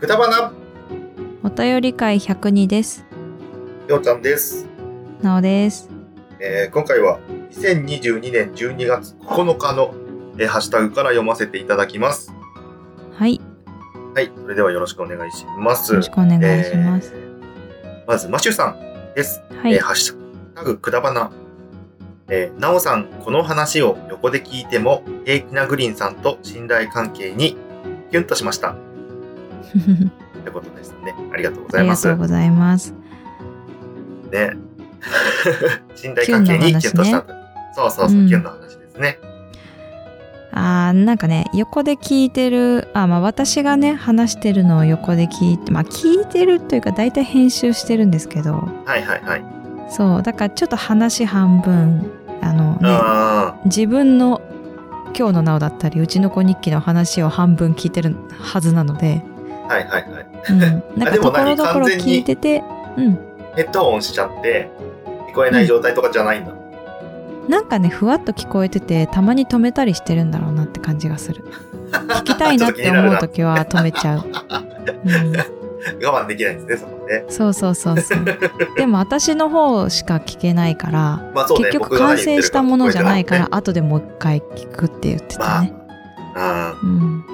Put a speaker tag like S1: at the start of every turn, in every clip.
S1: くだばな
S2: お便り会102です。
S1: ようちゃんです、
S2: なおです。
S1: えー今回は2022年12月9日の、えーハッシュタグから読ませていただきます
S2: はい。
S1: はいそれではよろしくお願いします
S2: よろしくお願いします。
S1: えーまずマシュさんです、
S2: はい。
S1: えーハッシュタグくだばなえーなおさんこの話を横で聞いても平気なグリーンさんと信頼関係にキュンとしましたってことですねありがとうご
S2: あ
S1: ざい
S2: り
S1: ま
S2: が
S1: す
S2: とうございます。
S1: ね。 信頼関係にキュンとしたと。そうそうそう、
S2: うん
S1: キュンの話ですね。
S2: あーなんかね横で聞いてるあーまあ私がね話してるのを横で聞いてまあ聞いてるというか大体編集してるんですけど
S1: はいはいはい。
S2: そうだからちょっと話半分あの、ね、
S1: あ
S2: 自分の今日のなおだったりうちの子日記の話を半分聞いてるはずなので、
S1: あ、はいはいはい。
S2: うん、なんか
S1: でも
S2: とこ
S1: 何
S2: ろどころ
S1: 完全に
S2: 聞いててうん
S1: ヘッドホンしちゃって、聞こえない状態とかじゃないんだ。
S2: なんかねふわっと聞こえててたまに止めたりしてるんだろうなって感じが する聞きたいなって思う時は止めちゃう、うん
S1: 我慢できないんですね、そこね。
S2: そうそうそうそうでも私の方しか聞けないから
S1: まあそうね、
S2: 結局
S1: 僕が
S2: 完
S1: 何言ってる
S2: 成し
S1: か
S2: た
S1: 聞こえて
S2: ものじゃない
S1: か
S2: からら後でもう一回聞くって言って
S1: ま
S2: た
S1: あ
S2: ね、、
S1: あ
S2: うん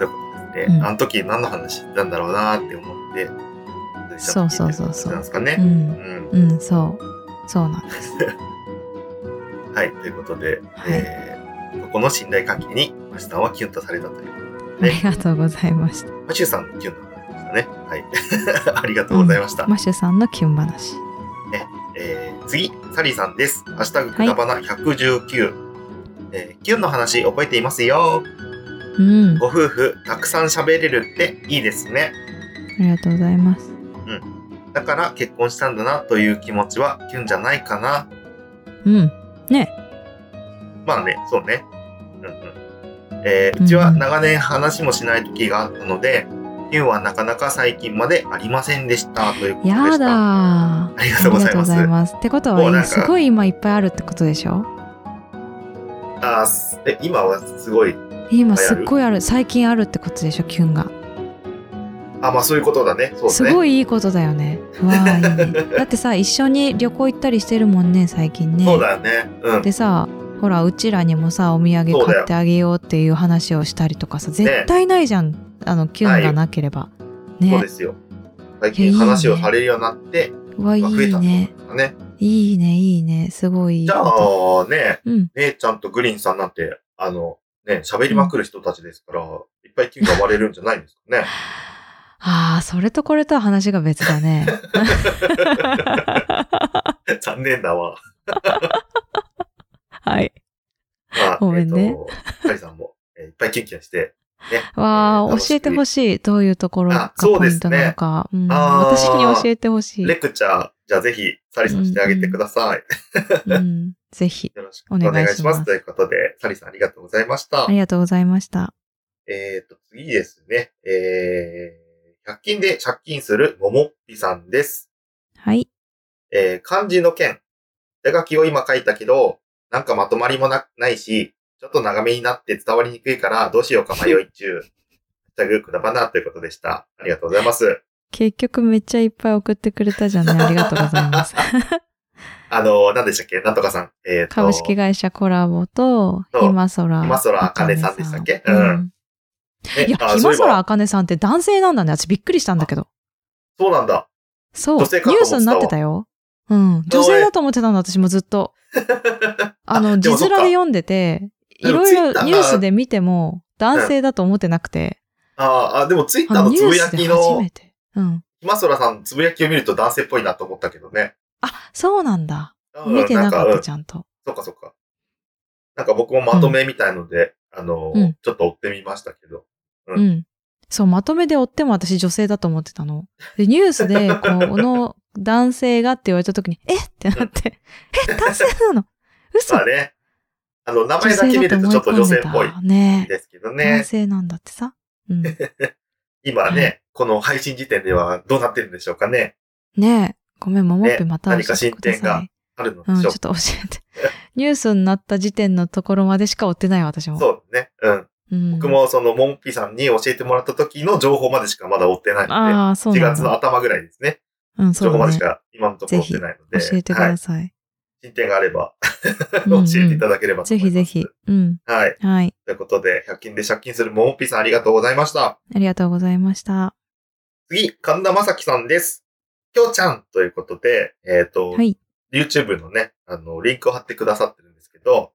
S1: あ、そういうことです
S2: う
S1: ね。
S2: ん
S1: あの時何の話したんだろうなって思って、
S2: そうそうそうそう
S1: なんですか
S2: う
S1: ね。うんん。
S2: うんそうそうなんです
S1: はい、ということで、
S2: はい
S1: えーここの信頼関係に、マシュさんはキュンとされたという。
S2: ありがとうございました
S1: マシューさんのキュンの話でしたね。はい。 ありがとうございました。
S2: マシュさんのキュン話
S1: えー次、サリーさんです。ハッシュタグくだばな119。えーキュンの話覚えていますよ。
S2: うん
S1: ご夫婦たくさん喋れるっていいですね。
S2: ありがとうございます
S1: だから結婚したんだなという気持ちはキュンじゃないかな。
S2: うん
S1: まあね、そうね。うんうん。えーうちは長年話もしない時があったので、キュンはなかなか最近までありませんでしたということでした。
S2: やだーあ
S1: ありがとうございます
S2: りがとうますってこと
S1: もうなん
S2: は
S1: か
S2: すごい今いっぱいあるってことでしょ
S1: あーすえ今はすごい、
S2: 今すっごいある最近あるってことでしょキュンが
S1: あ、まあそういうことだね。そう
S2: す
S1: ね。
S2: ごいいいことだよね。うわあい いね。だってさ一緒に旅行行ったりしてるもんね最近ね。
S1: そうだよね。うん。
S2: でさほらうちらにもさお土産
S1: そうだよ
S2: 買ってあげようっていう話をしたりとかさ絶対ないじゃん、あのキュンがなければ。
S1: そう
S2: ね
S1: で。すよ。最近話をされるようになって、
S2: うわいい
S1: まあ増えたんで
S2: ね
S1: すかね。
S2: いいねいいねすごいいい
S1: じゃ
S2: こと。
S1: あね、
S2: うん
S1: 姉ちゃんとグリーンさんなんて、あの、ね、喋りまくる人たちですから、いっぱい金が割れるんじゃないんです かね。
S2: ああそれとこれとは話が別 だね。
S1: 残念だわ。
S2: はい。
S1: まあ、
S2: ごめんね
S1: えっ、と、ハリさんも、えーいっぱいキュンキュンして、
S2: わ
S1: 楽
S2: あ
S1: しみ
S2: 教えてほしいどういうところが
S1: あそう
S2: ポ
S1: で
S2: イ
S1: すね
S2: ントなのか。うん
S1: あー
S2: 私に教えてほしい
S1: レ。クチャー、じゃあぜひ、サリさんしてあげてください。
S2: うんぜひ。
S1: よろしくお願いします。
S2: お願いします
S1: ということで、サリさんありがとうございました
S2: あ。りがとうございました。
S1: えっ、と、次ですね。えー、100均で借金するももっぴさんです。
S2: はい。
S1: えー漢字の件。手書きを今書いたけど、なんかまとまりもなないし、ちょっと長めになって伝わりにくいから、どうしようか迷い中。 ハッシュタグくだばなということでした。ありがとうございます。
S2: 結局めっちゃいっぱい送ってくれたじゃない。ありがとうござ います。
S1: あのー、何でしたっけなんとかさん。えっ、と、
S2: 株式会社コラボと、
S1: そう
S2: ひまそら。
S1: ひまそらあかねさんでしたっけ
S2: うん
S1: うんえ
S2: いや、
S1: あ
S2: ひ
S1: そう
S2: ま
S1: いえば
S2: そらあかねさんって男性なんだね。私びっくりしたんだけど。
S1: そうなんだ。
S2: そう。ニ
S1: 女性かと
S2: ュ
S1: 思
S2: ー
S1: ってたわ
S2: スになってたよ。うん。
S1: どう
S2: 女性だと思ってたの、私もず っと。あ
S1: あ
S2: の、
S1: で
S2: 字
S1: もそっ
S2: 面
S1: か
S2: で読んでて、
S1: で
S2: い
S1: も
S2: ろ
S1: ツイッ
S2: い
S1: ターが
S2: ろニュースで見ても、男性だと思ってなくて、
S1: あーあ、でもツイッター
S2: あ
S1: の
S2: ニ
S1: つ
S2: ュー
S1: ぶや
S2: スで
S1: き
S2: 初
S1: の
S2: め、て。うん。
S1: ひまそらさんのつぶやきを見ると男性っぽいなと思ったけどね。
S2: あ、そうなんだ。
S1: うん
S2: 見てなか
S1: ん
S2: っ
S1: う
S2: た、
S1: ん
S2: ちゃんと。
S1: そっかそっか。なんか僕もまとめみたいので、あのー、
S2: うん
S1: ちょっと追ってみましたけど。う
S2: うんん。そう、まとめで追っても私女性だと思ってたの。で、ニュースで、こ うこの男性がって言われた時に、えってなって、え、男性なの嘘
S1: まあね、あの、名前だけ見るとちょっと女性っぽい
S2: だと思い込んでたね
S1: ですけど
S2: 男
S1: ね。
S2: 性なんだってさ。うん。
S1: 今
S2: は
S1: ね、この配信時点ではどうなってるんでしょうかね。
S2: ねえ。ごめん、ももっぺまた
S1: ね
S2: 教えてくだ
S1: 何か進展が
S2: さい。
S1: あるので
S2: うん、
S1: し
S2: ちょ
S1: ょ
S2: っと教えて。ニュースになった時点のところまでしか追ってないわ、私
S1: う
S2: も。
S1: そうね。うん。
S2: うん、
S1: 僕もその、モンピさんに教えてもらった時の情報までしかまだ追ってないの
S2: ああ、そう
S1: で、4
S2: なん
S1: 月の
S2: だ。
S1: 頭ぐらいですね。
S2: うん、そ
S1: 情
S2: う
S1: 報ま
S2: だ
S1: で
S2: ね
S1: し。か今のところ追ってないので、
S2: 教えてく
S1: は
S2: だ
S1: い。
S2: さい。
S1: 進展があれば、
S2: うんう
S1: 教
S2: ん
S1: えていただければと
S2: ぜ
S1: 思います。
S2: ひぜひ。。うん。
S1: はい。
S2: はい。
S1: ということで、100均で借金するモンピさんありがとうございました。
S2: ありがとうございました。
S1: 次、神田正輝さんです。きょうちゃんということで、えっ、と、
S2: はい。
S1: YouTube のね、あの、リンクを貼ってくださってるんですけど、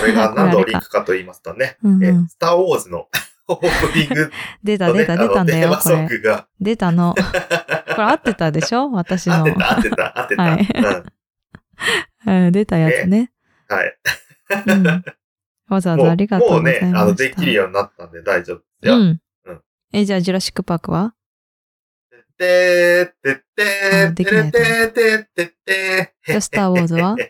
S1: これが
S2: これあ
S1: 何
S2: れか
S1: のリンクかと言いますとね、
S2: うんうん
S1: えースターウォーズのオープニング
S2: 出た、
S1: とね
S2: 出、た、
S1: あ
S2: 出た
S1: の、
S2: んだ
S1: テー
S2: よ、
S1: マ
S2: こ
S1: ソン
S2: れ。
S1: グが、
S2: 出たの。これ合ってたでし ょ私
S1: 合っ
S2: の
S1: て。た、合ってた、合ってた。
S2: はいうん出たやつね。
S1: うん。はい。
S2: うんわざわざありがとうご
S1: もう
S2: ざいまし
S1: ね、
S2: た。
S1: あの、できるようになったんで大丈夫ですよ。
S2: うん
S1: うん。
S2: え、じゃあ、ジュラシックパークは
S1: てーてって
S2: あ
S1: ー、て
S2: できない
S1: れ
S2: と
S1: て
S2: 思
S1: ーてってって
S2: じゃあ、スターウォーズ は
S1: ー。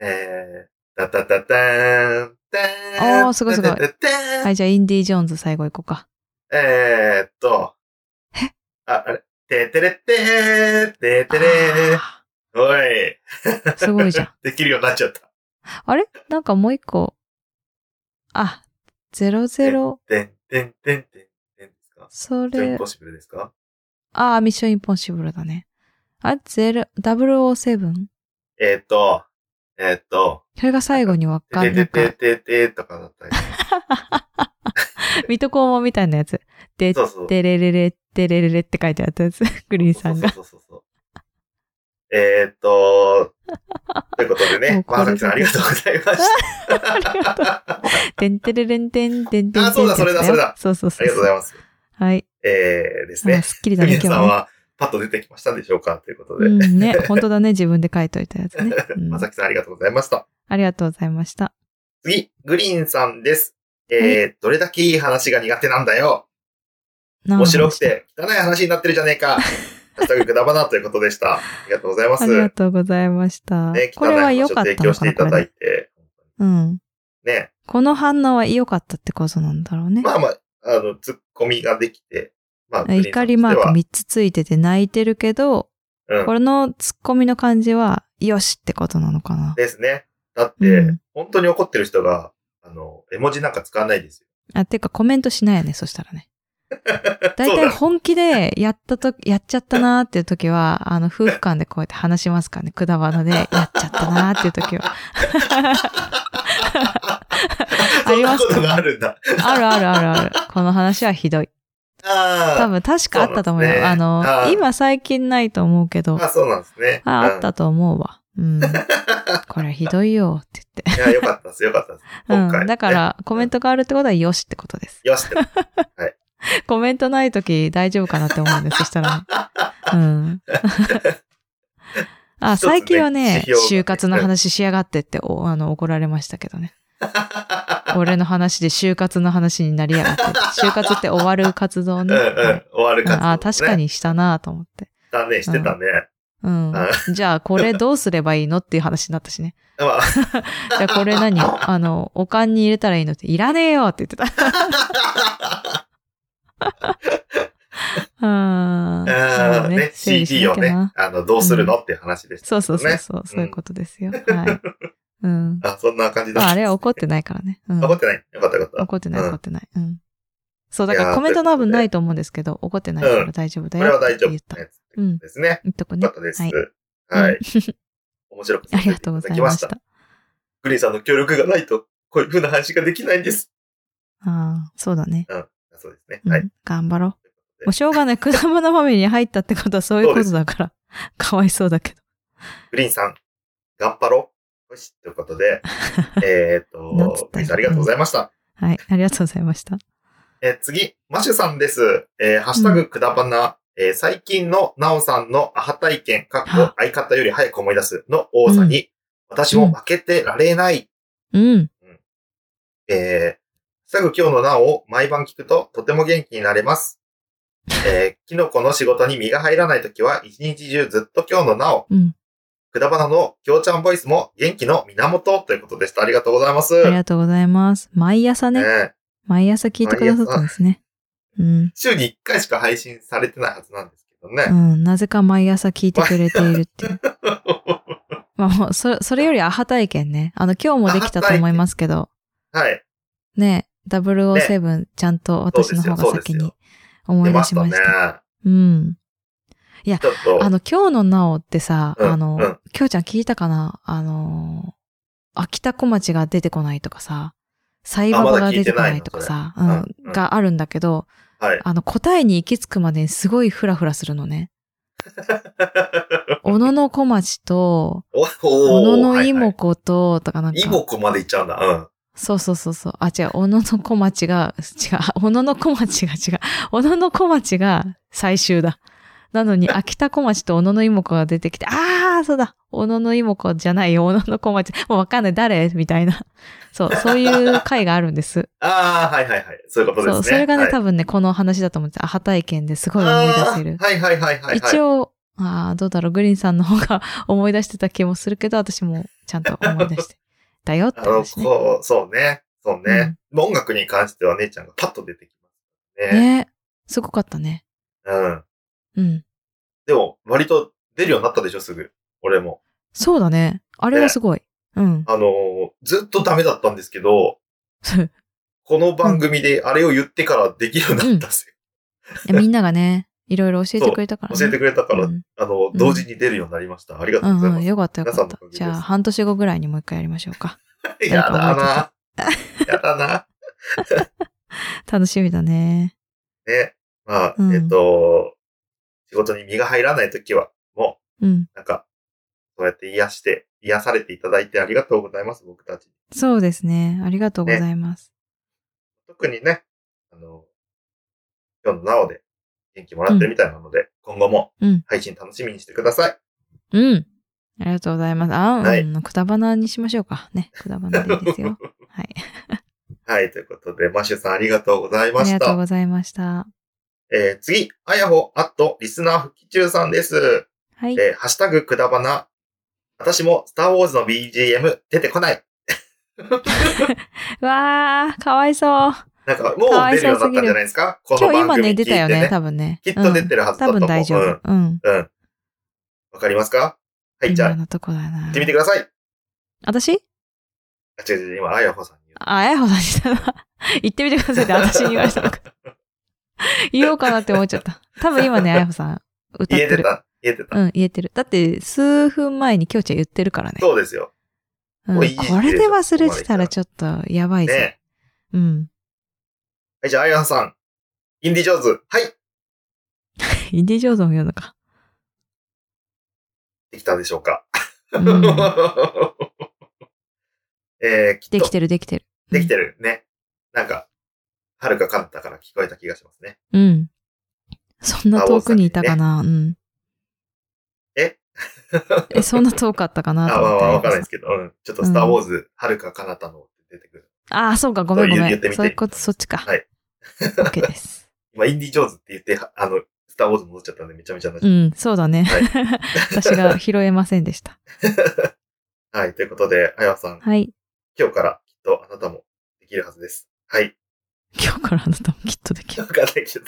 S1: えー、たたたたーん、てーん。
S2: おーすごいすごい
S1: たたたーん
S2: はい、じゃあ、インディ・ジョーンズ最後行こうか。
S1: えーっと。あ、あれ。ててれってー、ててれー。
S2: あ
S1: おい。
S2: ーすごいじゃん。
S1: できるようになっちゃった。
S2: あれなんかもう一個。あ、ゼロゼロ。
S1: てんてんてんてんてんですか
S2: そ
S1: ミッションイン
S2: れ
S1: ポ、ッシブルですか
S2: あー、ミッションインポッシブルだね。あ、ゼロ、007?
S1: えーっと、えーっと、
S2: それが最後にわか
S1: て
S2: るの
S1: てて
S2: か。
S1: ててとかだったり。
S2: ミトコーモみたいなやつ。で、
S1: そうそう。
S2: てれれれ、てれれれって書いてあったやつ。グリーンさんが。
S1: そうそうそうそう。えーっ と、ということで
S2: もう
S1: ね、
S2: これ
S1: まさきさんありがとうございました。あ
S2: ありがとう。てんてれれんてんてんてんてん。
S1: あそうだそれだそれだ。
S2: そうそうそう。
S1: りがとうございます。
S2: す。はい。
S1: えーです
S2: あ
S1: ね。
S2: すっきりだね、
S1: 皆
S2: 今日
S1: さん
S2: は。
S1: はパッと出てきましたでしょうかということで。
S2: うんね、本当だね、自分で書いといたやつね。うん
S1: まさきさんありがとうございました。
S2: ありがとうございました。
S1: 次、グリーンさんです。えー、どれだけいい話が苦手なんだよ。
S2: 面
S1: 面白く。て、汚い話になってるじゃねえか。ハッシュタグくだばなということでした。ありがとうございます。
S2: ありがとうございました。
S1: ね、
S2: こ
S1: 汚い
S2: れは
S1: 話
S2: 良
S1: を
S2: かっ
S1: 提
S2: た
S1: 供
S2: の
S1: し
S2: か
S1: て
S2: ない
S1: た
S2: こ
S1: だ
S2: れ
S1: いて。
S2: うん。
S1: ね。
S2: この反応は良かったってことなんだろうね。
S1: まあまあ、あの、ツッコミができて。まあ、グリーンさん
S2: 怒りマーク3つついてて泣いてるけど、
S1: としてはうん
S2: これのツッコミの感じは、よしってことなのかな。
S1: ですね。だって、
S2: うん
S1: 本当に怒ってる人が、あの、絵文字なんか使わないですよ。
S2: あ、てかコメントしないよね、そしたらね。だ い
S1: そう
S2: たい
S1: だ
S2: 本気でやったと、やっちゃったなーっていう時は、あの、夫婦間でこうやって話しますからね、くだば なで、やっちゃったなーっていう時は。 あ
S1: そん
S2: りま
S1: な
S2: す
S1: こ
S2: か
S1: とがあるんだ。
S2: あるあるあるある。この話はひどい。
S1: あ
S2: 多分確かあったと思うよ。
S1: そうな
S2: あ
S1: んですね
S2: の
S1: あー
S2: 今最近ないと思うけど、
S1: あ、そうなんですね。
S2: あ、
S1: うん
S2: あったと思うわ。 うん。これひどいよって言っ
S1: いや、よかったです、よかったです。今
S2: て。う
S1: 回。
S2: ん。だか
S1: ね。
S2: ら、コメントがあるってことはよしってことです。
S1: よしって。
S2: コメントないとき大丈夫かなって思うんです。そしたらね。うん。あ、
S1: 一つね
S2: 最近はね
S1: 指標がね
S2: 就活の話しやがってって、おあの、怒られましたけどね。俺の話で就活の話になりやがって。就活って終わる活動
S1: うん
S2: ね。
S1: うん。
S2: はい
S1: 終わる
S2: う
S1: か
S2: ん
S1: ら、ね。
S2: あ、確か。にしたなと思って。
S1: だね、してたね。
S2: うん。じゃあ、これどうすればいいのっていう話になった しね。
S1: まあ、
S2: じゃあ、これ何あの、おかんに入れたらいいのって、いらねえよっ て言ってた。あ
S1: う
S2: あ。
S1: んね、
S2: 整理し
S1: CD
S2: な
S1: を
S2: きゃな
S1: ね、あの、どうするのっていう話でした。
S2: そうそうそう
S1: ね
S2: そう、そういうことですよ。はい。 うん。
S1: あ、そんな感じだ。
S2: まあ、あれは怒っててないからね。うん。
S1: 怒ってない。よかったよかった。
S2: 怒ってない、
S1: うん
S2: 怒ってない。うん。そう、だ
S1: い
S2: か
S1: やー
S2: らコメント多分ないと思うんですけど、怒ってないから大丈夫だ
S1: これは
S2: よっ
S1: 大
S2: て
S1: 丈夫
S2: 言
S1: ね
S2: った。。うん
S1: ですね。
S2: 言っとくね。
S1: よかったです。
S2: はい。
S1: は
S2: うん
S1: い。面白く
S2: あ
S1: させて
S2: り
S1: い
S2: がと
S1: た
S2: う
S1: だ
S2: ござ
S1: き
S2: い
S1: ま
S2: ま
S1: し。
S2: したた。
S1: グリーンさんの協力がないと、こういう風な話ができないんです。
S2: ああ、そうだね。
S1: そうですね。
S2: うん
S1: はい。
S2: 頑張ろう。
S1: で
S2: もうしょうが ない。果物ファミリーに入ったってことはそういうことだ から。かわいそうだけど。
S1: グリーンさん、頑張ろう。よし。ということ で、えーっ
S2: なんつった
S1: とグリー
S2: よ、
S1: ンさんありがとうございました。
S2: はい。ありがとうございました。
S1: えー次、マシュさんです。えーハッシュタグくだばな、えー最近のナオさんのアハ体験、かっこ相方より早く思い出すの多さに、私も負けてられない。
S2: うん。
S1: えー、ハッシュタグ今日のナオを毎晩聞くととても元気になれます。えー、キノコの仕事に身が入らないときは一日中ずっと今日のナオ、
S2: うん。
S1: くだばなのきょうちゃんボイスも元気の源ということでした。ありがとうございます。
S2: ありがとうございます。毎朝ね。
S1: えー
S2: 毎朝聞いてくださったんですね。うん。
S1: 週に1回しか配信されてないはずなんですけど
S2: う
S1: ね。
S2: ん。なぜか毎朝聞いてくれているっていう。まあもう、そ、それよりアハ体験ね。あの、今日もできたと思いますけど。
S1: はい。
S2: ね。 007、ちゃんと私の方が先に思い出しました。
S1: ね。
S2: うん。
S1: ちょっと。
S2: あの、今日のなおってさ、
S1: うん
S2: あの、
S1: うん
S2: きょうちゃん聞いたかなあの、秋田小町が出てこないとかさ、サイババが出てこないとかさ、
S1: いうの
S2: ん、
S1: うんうん
S2: があるんだけど、
S1: はい。
S2: あの、答えに行き着くまでにすごいフラフラするのね。小野の小町と、
S1: お
S2: 小野
S1: おー
S2: の
S1: はい
S2: 妹
S1: はい
S2: 子と、とかなんか、
S1: イモコまで行っちゃうんだ。うん。
S2: そうそうそうそう。あ、違う、小野の小町が、違う、小野の小町が違う。小野の小町が最終だ。な のに、秋田小町と小野の妹子が出てきて、あー、そうだ、小野の妹子じゃないよ、小野の小町。もうわかんない、誰みたいな。そう、そういう回があるんです。
S1: ああ、はいはいはい。 そういうことで
S2: そう、
S1: すね。
S2: それがね、
S1: はい
S2: 多分ね、この話だと思って、アハ体験ですごい思い出せる
S1: あ。ーはいはいはいはいはい。
S2: 一応、あーどうだろう、グリーンさんの方が思い出してた気もするけど、私もちゃんと思い出して。だよって
S1: あの、
S2: 話ね。
S1: こう、そうね。そうね。まあ音楽に関しては姉ちゃんがパッと出てきますね。
S2: ねすごかったね。
S1: うん。
S2: うん。
S1: でも、割と出るようになったでしょ、すぐ。俺も。
S2: そうだね。あれはすごい。うん。
S1: あのーずっとダメだったんですけど、この番組であれを言ってからできるようになったんですよ。
S2: みんながね、いろいろ教えてくれたから、ね。
S1: 教えてくれたから、
S2: うん
S1: あの、同時に出るようになりました。ありがと
S2: う
S1: うござい
S2: んう
S1: ま
S2: ん、
S1: す。
S2: よかったよかっ
S1: 皆さんのお。
S2: た
S1: かげです
S2: じゃあ、半年後ぐらいにもう一回やりましょうか。
S1: やだなやだな
S2: 楽しみだね。
S1: ね。まあ、
S2: うん
S1: えっと、仕事に身が入らないときは、も
S2: うん。
S1: う、なんか、そうやって癒して、癒されていただいてありがとうございます、僕たち。
S2: そうですね。ありがとうございます。
S1: 特にね、あの、今日のなおで元気もらってるみたいなので、今後も
S2: うん
S1: 配信楽しみにしてください。
S2: うん。ありがとうございます。あ、
S1: はい
S2: うん。くだばなにしましょうか。ね。くだばなでいいですよ。はい。
S1: はい、ということで、マッシュさんありがとうござい
S2: あ
S1: ま
S2: り
S1: し
S2: がとう
S1: た。
S2: ございました。
S1: えー、次、あやほ、あと、リスナー復帰中さんです。
S2: はい。
S1: えーハッシュタグくだばな。私も、スターウォーズの BGM 出てこない。
S2: わー、かわいそう。
S1: なんか、もう出るようになったんじゃないですかこの
S2: 今日
S1: 番
S2: 今
S1: 組聞
S2: ね、
S1: いて、ね。
S2: 出たよね、多分ね。
S1: きっと出てるはずだと
S2: う
S1: 思
S2: ん
S1: う。
S2: 多分大丈
S1: う
S2: 夫
S1: ん。。
S2: うん。
S1: うん。わかりますかはい、じゃあ、
S2: 今
S1: 行
S2: のとこだな。
S1: ってみてください。
S2: 私
S1: あ、違う違う、今、あやほさんに言う。
S2: あ、あやほさんにした ら、言ってみてくださいって私に言われ たのか。言おうかなって思っちゃった。多分今ね、あやほさん、歌
S1: 言
S2: って
S1: えて
S2: る。
S1: た言えてた、
S2: うん、言えてる。だって、数分前にきょうちゃん言ってるからね。
S1: そうですよ。
S2: うん
S1: もういい
S2: これで忘れてたらちょっとやばい
S1: ね
S2: ぞ。
S1: え。
S2: うん。
S1: はい、じゃあ、あやほさん。インディ・ジョーンズ。はい。
S2: インディ・ジョーンズも言うのか。
S1: できたでしょうか。
S2: うん
S1: えー、きっと
S2: できてる、できてる。
S1: できてるね。なんか、はるか彼方から聞こえた気がしますね。
S2: うん。そんな遠くにいたかな、うん。
S1: え
S2: え、そんな遠かったかな
S1: あ、
S2: と
S1: ま
S2: 思
S1: あま
S2: って
S1: あ、わかんないですけど、うん。ちょっとスターウォーズ、はるか彼方の出てくる。
S2: ああ、そうか、ごめんご
S1: そう
S2: め
S1: 言ってみて
S2: ん。そういうこと、そっちか。
S1: はい。
S2: OK です。
S1: 今、インディ・ジョーンズって言って、はあの、スターウォーズ戻っちゃったんで、めちゃめちゃな
S2: う。ん、そうだね。
S1: は
S2: 私が拾えませんでした。
S1: はい、ということで、あやさん、
S2: はい。
S1: 今日からきっとあなたもできるはずです。はい。
S2: 今日からあなたもきっとでき
S1: 今
S2: る。
S1: 日からできる。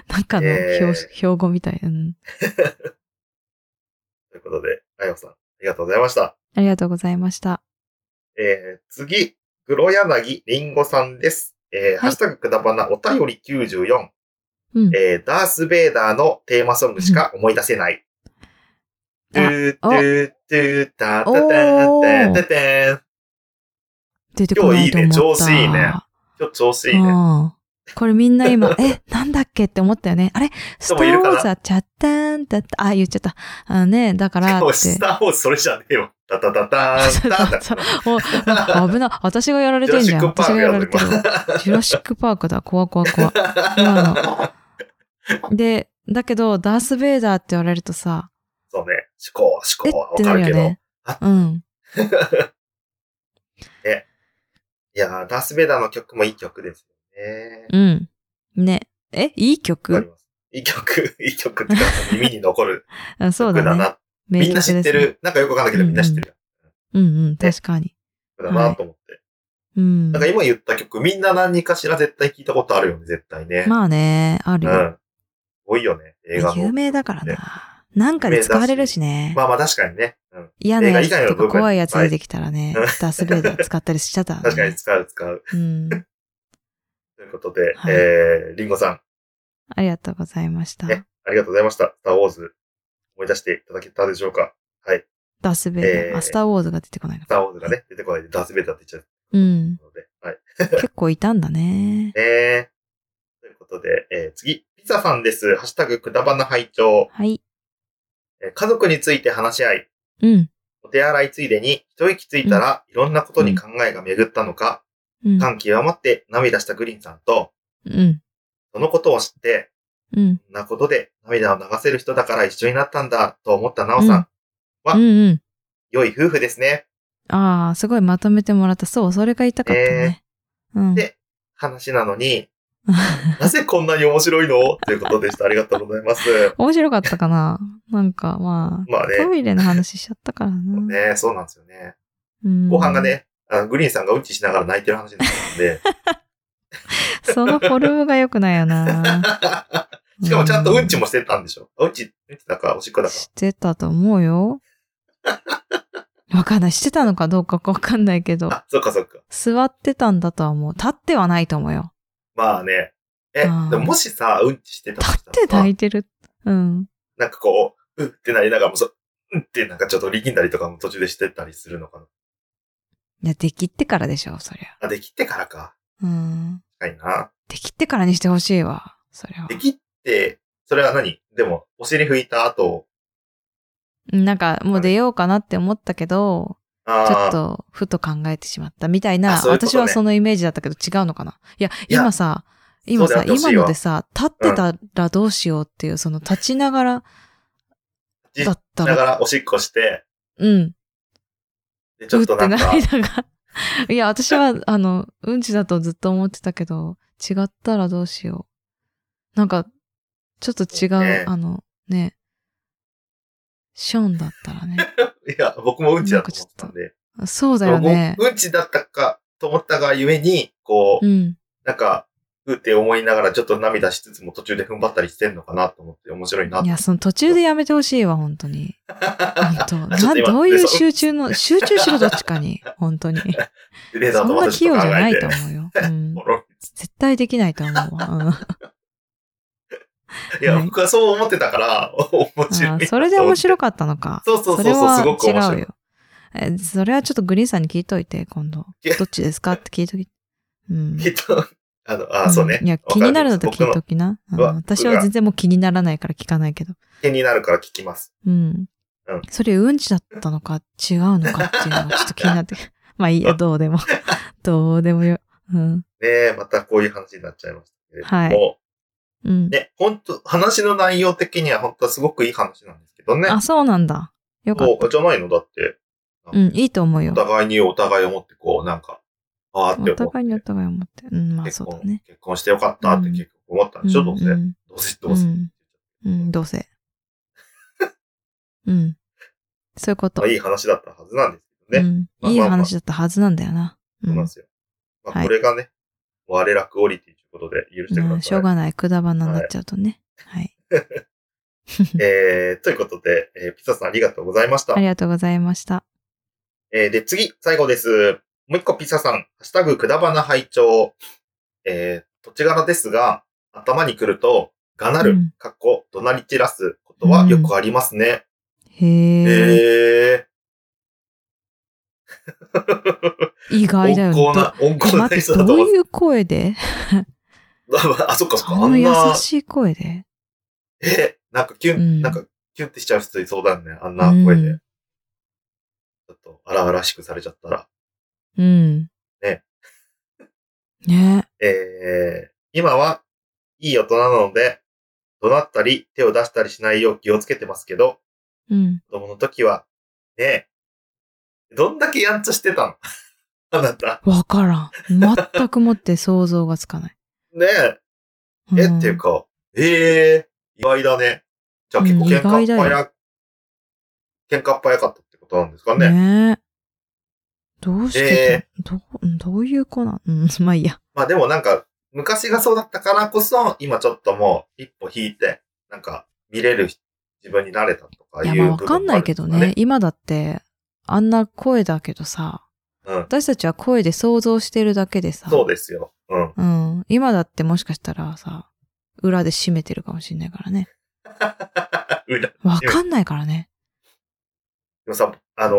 S2: なんかの
S1: えー
S2: 標標語みたい。うん。
S1: ということで、あやさん、ありがとうございました。
S2: ありがとうございました。
S1: えー、次、黒柳りんごさんです。えーハッシュタグくだばなお便り94、
S2: うん。
S1: えー、ダース・ベイダーのテーマソングしか思い出せない。トゥート
S2: あお
S1: ゥートゥータタタ
S2: お
S1: タ
S2: ー
S1: タタン。
S2: 出てこないと思った。
S1: 今日いいね調子いいねちょっと調子いいね。
S2: うん。これみんな 今、え、なんだっけって思ったよね。あれスタ
S1: もい
S2: ー
S1: る
S2: ウ
S1: か
S2: ォ
S1: な
S2: ーズはチャッターンだった。あ、言っちゃった。あのね、だからっ
S1: もう
S2: て
S1: ス。ターウォーズそれじゃねえよ。タタタターンタ ンタン
S2: そうおあ危な。私がやられてんじゃん。
S1: ジュラシックパー
S2: 私
S1: ク
S2: が
S1: や
S2: や
S1: ろ
S2: られてる。ジュラシックパークだ。怖怖怖。今で、だけど、ダース・ベイダーって言われるとさ、
S1: そうね。思考、
S2: えっ
S1: 思考はわ
S2: て
S1: か
S2: な
S1: る
S2: る
S1: け
S2: よ
S1: ど。
S2: ね
S1: あ。
S2: うん。
S1: いやー、ダース・ベイダーの曲もいい曲ですよね。
S2: うん。ね。え、い
S1: わ
S2: い
S1: かり
S2: 曲
S1: ますいい曲、 いい曲ってか、耳に残る
S2: あ そう
S1: 曲
S2: だ
S1: だ
S2: ね。
S1: な。
S2: 名
S1: みんな
S2: 曲
S1: 知
S2: で
S1: っ
S2: す
S1: て
S2: ね。
S1: る。なんかよくわかんないけど、みんな知ってる
S2: うんうん、確かに。
S1: 曲だなと思って。
S2: うん
S1: なん。か今言った曲、みんな何かしら絶対聞いたことあるよね、絶対ね。
S2: まあね、ある
S1: う
S2: よ。
S1: ん。多いよね、映画も。
S2: 有名だからな。なんかで使われるしね。
S1: まあまあ確かにね。うん。
S2: 嫌なや
S1: 映画以外の
S2: つと
S1: 部分
S2: か怖いやつ出てきたらね、ダース・ベイダー使ったりしちゃった、ね。
S1: 確かに使う使う。
S2: うん。
S1: ということで、
S2: はい
S1: えー、リンゴさ
S2: ありがとうございました。
S1: ん、ね、ありがとうございました。スターウォーズ、思い出していただけたでしょうかはい。
S2: ダース・ベイダー。
S1: えー
S2: あ、スター・ウォーズが出てこないの
S1: スターウォーズがね、出てこないでダースベイダーって言っちゃ
S2: うん。
S1: うので、はい。
S2: 結構いたんだ
S1: ね
S2: ね。
S1: ということで、えー、次、ピザさんです。ハッシュタグ、くだばな拝聴、
S2: はい。
S1: えー家族について話し合い、
S2: うん。
S1: お手洗いついでに、一息ついたらいろんなことに考えが巡ったのか、
S2: うん。
S1: 感極まって涙したグリーンさんと、
S2: うん。
S1: そのことを知って、
S2: うん。
S1: こんなことで涙を流せる人だから一緒になったんだと思ったなおさん、あ
S2: うんうん。
S1: 良い夫婦ですね。
S2: ああ、すごいまとめてもらった。そう、それが言いたかったね。うん。
S1: で話なのに、なぜこんなに面白いのということでした。ありがとうございます。
S2: 面白かったかななんかまあ、
S1: まあね
S2: トイレの話しちゃったから
S1: もう
S2: な。
S1: ね、そうなんですよね。
S2: うん
S1: 後半が。ね、あのグリーンさんがうんちしながら泣いてる話になったん で、
S2: そのフォルムが良くないよな。
S1: しかもちゃんとうんちもしてたんでしょ。うんち、うんちだか、おしっこだか。
S2: してたと思 うよ。わかんない。してたのかどうかわかんないけど、
S1: あ、そっかそっか。
S2: 座ってたんだとは思う。立ってはないと思うよ。
S1: まあね。え、で
S2: うん
S1: ももしさ、うんちしてたと
S2: 立
S1: したらさ
S2: って泣いてる。うん。
S1: なんかこう、うってなりながらもそ、うんってなんかちょっと力んだりとかも途中でしてたりするのかな。
S2: いや、できってからでしょ、そりゃ。
S1: あ、できてからか。
S2: うん。
S1: 確かにな。
S2: できってからにしてほしいわ。それは
S1: で。きって、それは何でも、お尻拭いた後、
S2: なんか、もう出ようかなって思ったけど、ちょ
S1: あ
S2: っ
S1: あ、
S2: と、ふと考えてしまったみたいな、
S1: あそういうことね
S2: 私はそのイメージだったけど違うのかな。いや、
S1: いや
S2: 今さ、今
S1: そう
S2: さ、
S1: であってほ
S2: 今
S1: しいわ
S2: のでさ、立ってたらどうしようっていう、その立ちながら
S1: じ
S2: だった、
S1: だかららおしっこして、
S2: うん、
S1: で、ち
S2: う
S1: ょ
S2: っ
S1: ってとなんか、
S2: 涙が。いや、私は、あの、うんちだとずっと思ってたけど、違ったらどうしよう。なんか、ちょっと違う、
S1: ね
S2: あの、ね、ションだったらね。
S1: いや、僕もうんちだと思ってたんで。
S2: そう だよね
S1: 僕。もうんちだったかと思ったがゆえに、こう、
S2: うん。
S1: なんか、うって思いながらちょっと涙しつつも途中で踏ん張ったりしてんのかなと思って面白いなと
S2: いや、その途中でやめてほしいわ、本当に。本当
S1: ちょ
S2: な
S1: っと今
S2: どうい
S1: で
S2: う
S1: そ
S2: 集中の、集中しろどっちかに、本 当に。
S1: レーダ
S2: そ
S1: ーと
S2: んな
S1: 私
S2: 器
S1: と
S2: 用
S1: 考
S2: じゃな
S1: え
S2: い
S1: て
S2: と。思うよ。うん、
S1: おろ
S2: 絶対できないと思 うわ。うん、あ
S1: いや、
S2: はい
S1: 僕はそう思ってたから、お面白い。
S2: ーそれで面
S1: い。
S2: 白かったのか。
S1: そうそうそうそう
S2: れは
S1: すごく面白い
S2: 違うよ。え、それはちょっとグリーンさんに聞いといて、今度
S1: いや。
S2: どっちですかって聞いとき。うん。
S1: きっと、あの、 あ、そうね。
S2: んいや、
S1: わ
S2: 気
S1: か
S2: になるのと聞い
S1: 僕
S2: と
S1: の
S2: きな。うん
S1: 僕が
S2: 私は全然もう気にならないから聞かないけど。
S1: 気になるから聞きます。
S2: うん。
S1: うん
S2: それうんちだったのか違うのかっていうのがちょっと気になって。 まあいいや、どうで も。どうでもよ。うん。
S1: ねえ、またこういう話になっちゃいましたけれども。
S2: はうん。
S1: ね、本当話の内容的には本当はすごくいい話なんですけどね。
S2: あ、そうなんだ。よかっ
S1: そうじゃないのだって、
S2: た。うん、いいと思う
S1: お
S2: よ。
S1: 互いにお互いを持ってこう、なんか、ああって思って。
S2: お互いにお互い思って。うん、まあ
S1: 結
S2: そうだ
S1: 婚、
S2: ね。
S1: 結婚してよかったって結構思ったんでしょ、どうせ。
S2: う
S1: ど
S2: ん
S1: うせ、どうせ。
S2: うんうん、どうせ。うん。そういうこと。
S1: まあ、いい話だったはずなんですけどね。
S2: うん。いい話だったはずなんだよな。う
S1: そうなん
S2: ん
S1: で。すよ。まあ、
S2: はい
S1: これがね、我らクオリティということで許してください。
S2: うんしょうがない。くだばなになっちゃうとね。はい。
S1: えー、ということで、えーピザさんありがとうございました
S2: あ。りがとうございました。
S1: えーで、次、最後です。もう一個ピザさん、ハッシュタグくだばな拝聴えー、土地柄ですが、頭に来ると、がな
S2: う
S1: る
S2: ん、
S1: かっこ、怒鳴り散らすことはよくありますね。
S2: へえ。
S1: えー。
S2: 意外だよね。
S1: 温厚な、温厚
S2: ど
S1: な
S2: 待って、
S1: 人だと
S2: ど
S1: 思
S2: う
S1: って
S2: いう声で
S1: あ、そっかそっか。
S2: あ
S1: あ
S2: の
S1: ん
S2: 優
S1: な、
S2: しい声で
S1: え、なんかキュン、
S2: うん
S1: なんかキュンってしちゃう人いそうだよね。あんな声で。
S2: う
S1: ちょっと荒々しくされちゃったら。
S2: ん。うん。
S1: ね。
S2: ね。
S1: えー、今は、いい大人なので、怒鳴ったり、手を出したりしないよう気をつけてますけど、
S2: うん。
S1: 子供の時は、ねえ、どんだけやんちゃしてたの あなた。
S2: わからん。全くもって想像がつかない。
S1: ねえ、 え、
S2: ん
S1: っていうか、ええ意外だね。じゃあ結構
S2: うん
S1: 喧嘩
S2: 意外
S1: っ早
S2: だよ
S1: や、喧嘩っ早かったってことなんですかね。
S2: ねえどうしてた、どう、どういう子なのうん、まあいいや。
S1: まあでもなんか、昔がそうだったからこそ、今ちょっともう一歩引いて、なんか見れる自分になれたとか
S2: い
S1: い
S2: や、
S1: う
S2: まあわ
S1: 部
S2: かん
S1: 分も
S2: な
S1: ある
S2: いけ
S1: です
S2: ど
S1: か
S2: ね。。今だって、あんな声だけどさ、
S1: うん。
S2: 私たちは声で想像してるだけでさ、
S1: そうですよ。うん。
S2: うん。今だってもしかしたらさ、裏で閉めてるかもしれないからね。
S1: 裏で
S2: わかんないからね。
S1: もさ、あの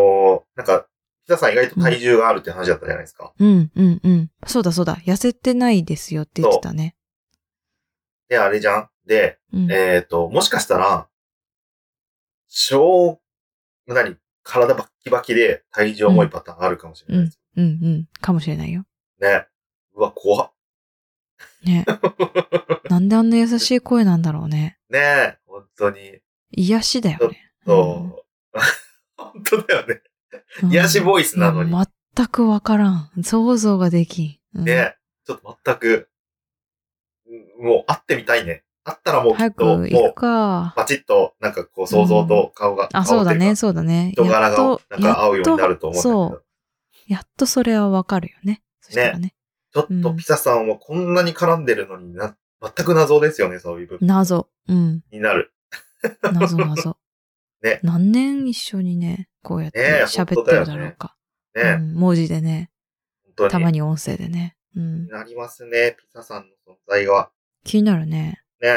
S1: ーなんか、北さん意外と体重があるって話だったじゃないですか。
S2: うん、うん、うん。そうだそうだ。痩せてないですよって言ってたね。
S1: で、あれじゃん。で、
S2: うん。
S1: えっ、と、もしかしたら、小、何体バッキバキで体重重いパターンあるかもしれないです、
S2: うん、うん。かもしれないよ。
S1: ね。うわ、怖っ。
S2: ね。 なんであんな優しい声なんだろうね。
S1: ねえ、本当に。
S2: 癒しだよね。
S1: そう。 本当だよね。
S2: うん
S1: 癒しボイスなのに。
S2: うん全くわからん。想像ができん。うん
S1: ね、ちょっと全く、うんもう会ってみたいね。会ったらもうきっ
S2: 早く
S1: と、も
S2: 行く
S1: う、
S2: か。
S1: パチッと、なんかこう想像と顔が、
S2: あ、
S1: 顔
S2: そう
S1: って
S2: だ
S1: いか
S2: ね、そうだね。
S1: 人柄
S2: やっ
S1: が
S2: と、
S1: なんか合うようになると思うんだけど
S2: やっと。そう。やっとそれはわかるよね。そしたらね。
S1: ちょっとピサさんはこんなに絡んでるのにな、全く謎ですよね、そういう部分
S2: 謎。 うん。
S1: になる。
S2: 謎謎。
S1: ね
S2: 何年一緒にね、こうやって
S1: ね
S2: 喋ってるだろうか。
S1: ね、
S2: うん文字でね、
S1: 本当
S2: た
S1: に。
S2: まに音声でね。うん。
S1: なりますね、ピサさんの存在が。
S2: 気になるね。
S1: ね、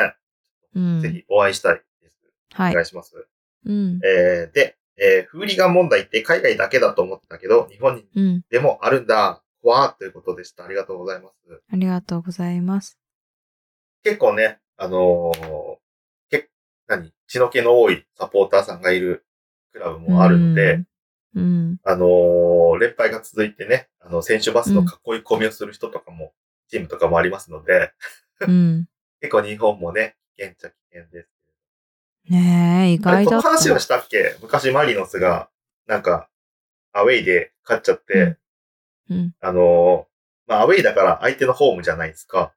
S2: う
S1: ぜ
S2: ん。
S1: ひお会いしたいです。
S2: は
S1: お
S2: い。
S1: 願いします。
S2: うん。
S1: えー、で、えー、フーリガン問題って海外だけだと思ってたけど、日本に
S2: うん。
S1: でもあるんだ。わーということでした。ありがとうございます。
S2: ありがとうございます。
S1: 結構ね、あのー、け、何血の気の多いサポーターさんがいるクラブもあるので、
S2: うん。うん。
S1: あのー、連敗が続いてね、あの、選手バスの囲い込みをする人とかも、チームとかもありますので、
S2: うん。
S1: 結構日本もね、危険っちゃ危険です。
S2: ねえ、意
S1: あれ、
S2: 外
S1: こ
S2: だ
S1: の
S2: った。
S1: 話はしたっけ昔マリノスが、なんか、アウェイで勝っちゃって、
S2: うん。
S1: あのー、まあ、アウェイだから相手のホームじゃないですか。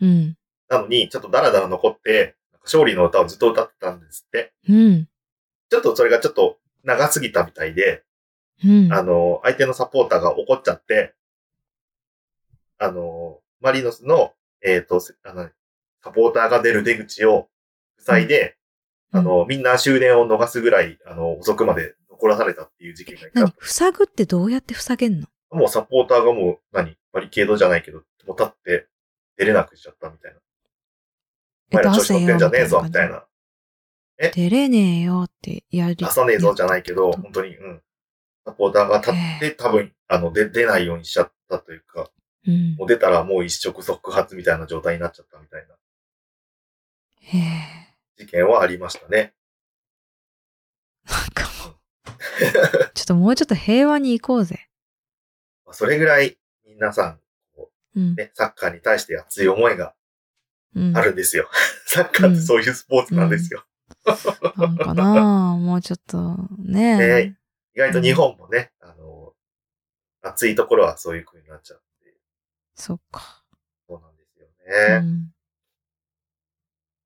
S2: うん。
S1: なのに、ちょっとダラダラ残って、なんか勝利の歌をずっと歌ってたんですって。
S2: うん。
S1: ちょっとそれがちょっと長すぎたみたいで、
S2: うん。
S1: あの、相手のサポーターが怒っちゃって、あの、マリノスの、えっ、と、せあの、サポーターが出る出口を塞いで、
S2: うん
S1: あの、みんな終電を逃すぐらい、あの、遅くまで残らされたっていう事件がい
S2: 何
S1: た。
S2: 塞ぐってどうやって塞げんの
S1: もうサポーターがもう、何バリケードじゃないけど、もう立って出れなくしちゃったみたいな。お前ら調子乗ってんじゃねえぞ、みたい。な。
S2: 出れねえよってやり。
S1: 出さねえぞじゃないけど、
S2: やったって
S1: 本当に、うん。サポーターが立っ
S2: へ
S1: て、多分、あの、で、出ないようにしちゃったというか、
S2: ことうん
S1: も。う出たらもう一触即発みたいな状態になっちゃったみたいな
S2: へえ。
S1: 事件はありましたね。
S2: なんかも う。ちょっともうちょっと平和に行こうぜ。
S1: まあそれぐらい、皆さん、
S2: うん。
S1: ね、サッカーに対して熱い思いが
S2: うん
S1: あるんですよ。サッカーってそういうスポーツなんですよ。
S2: なんかなあもうちょっと、ねえ。
S1: ね意外と日本もね、あの、熱いところはそういう風になっちゃって、
S2: そっか。
S1: そうなんですよ
S2: う
S1: ね。
S2: ん。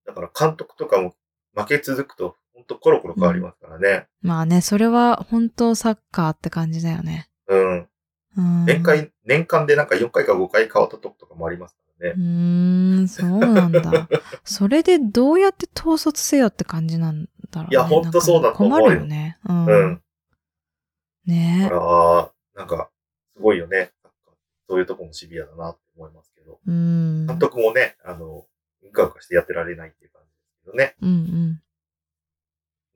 S1: だから監督とかも負け続くと、ほんとコロコロ変わりますからね。
S2: まあね、それは本当サッカーって感じだよね。
S1: うん。
S2: うん。
S1: 年間、年間でなんか4回か5回変わったとことかもありますから
S2: う
S1: ね。
S2: ーん、そうな んだ。それでどうやって統率せよって感じなんだろうね。
S1: いやほんとそうだと思うよ
S2: なんか困るよね。うん。
S1: うん。だ
S2: ね
S1: か
S2: え。
S1: ら、なんか、すごいよね。なんかそういうとこもシビアだなって思いますけど。
S2: うん。
S1: 監督もね、あの、うかうかしてやってられないっていう感じですけどね。
S2: うん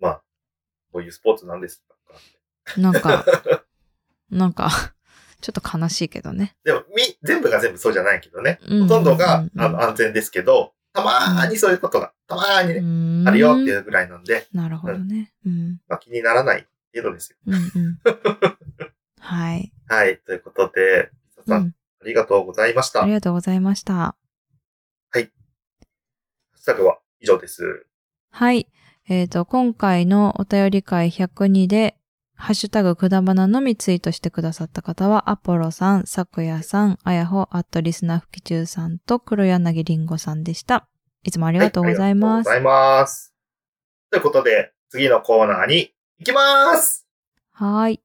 S1: まあ、こういうスポーツなんですから。
S2: うん。なんか、 なんか、ちょっと悲しいけどね。
S1: でも、み、全部が全部そうじゃないけどね。
S2: ほ
S1: ほとんどが、あの、
S2: あ
S1: 安全ですけど、たまーにそういうことが、たまーにね、あるよっていうぐらいなんで、
S2: なるほどね。うん。
S1: まあ気にならない程度ですよ。
S2: う んうん。はい。
S1: はい、ということで、皆
S2: う
S1: さん、
S2: ん。
S1: ありがとうございました。
S2: あ
S1: ハ
S2: り
S1: ッ
S2: がとうございました。
S1: シュタグは以上です。
S2: はい。えっ、と、今回のお便り会102で、ハッシュタグくだばなのみツイートしてくださった方は、アポロさん、さくやさん、あやほ、アットリスナーふきちゅうさんと、黒柳りんごさんでした。いつもありがとうございます。
S1: はいありがとうございます。ということで、次のコーナーに行きます
S2: はーい。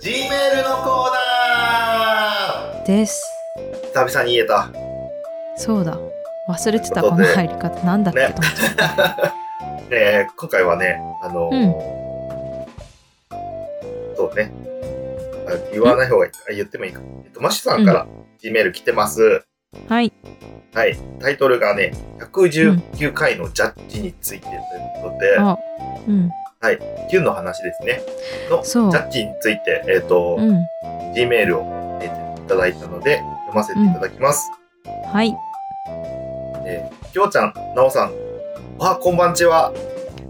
S1: G メールのコーナ
S2: です。
S1: ー久々に言えた。
S2: そうだ。忘れてた、
S1: というこ
S2: こ
S1: と
S2: の
S1: で
S2: 入り方。なんだっけ
S1: ね
S2: と思って。
S1: えー、今回はね、あのーそうね。あ言わない方がいいか。あ言ってもいいか。えっと、マッシュさんから G メール来てます。
S2: はい。
S1: はい。タイトルがね、119回のジャッジについてということで、
S2: あ、うん。
S1: キュンの話ですね。のジ
S2: そう
S1: ャッジについて、えっ、と、
S2: うん。
S1: G メールを、えーいただいたので、読ませていただきます。
S2: はい。
S1: えーきょうちゃん、なおさん、おはこんばんちは。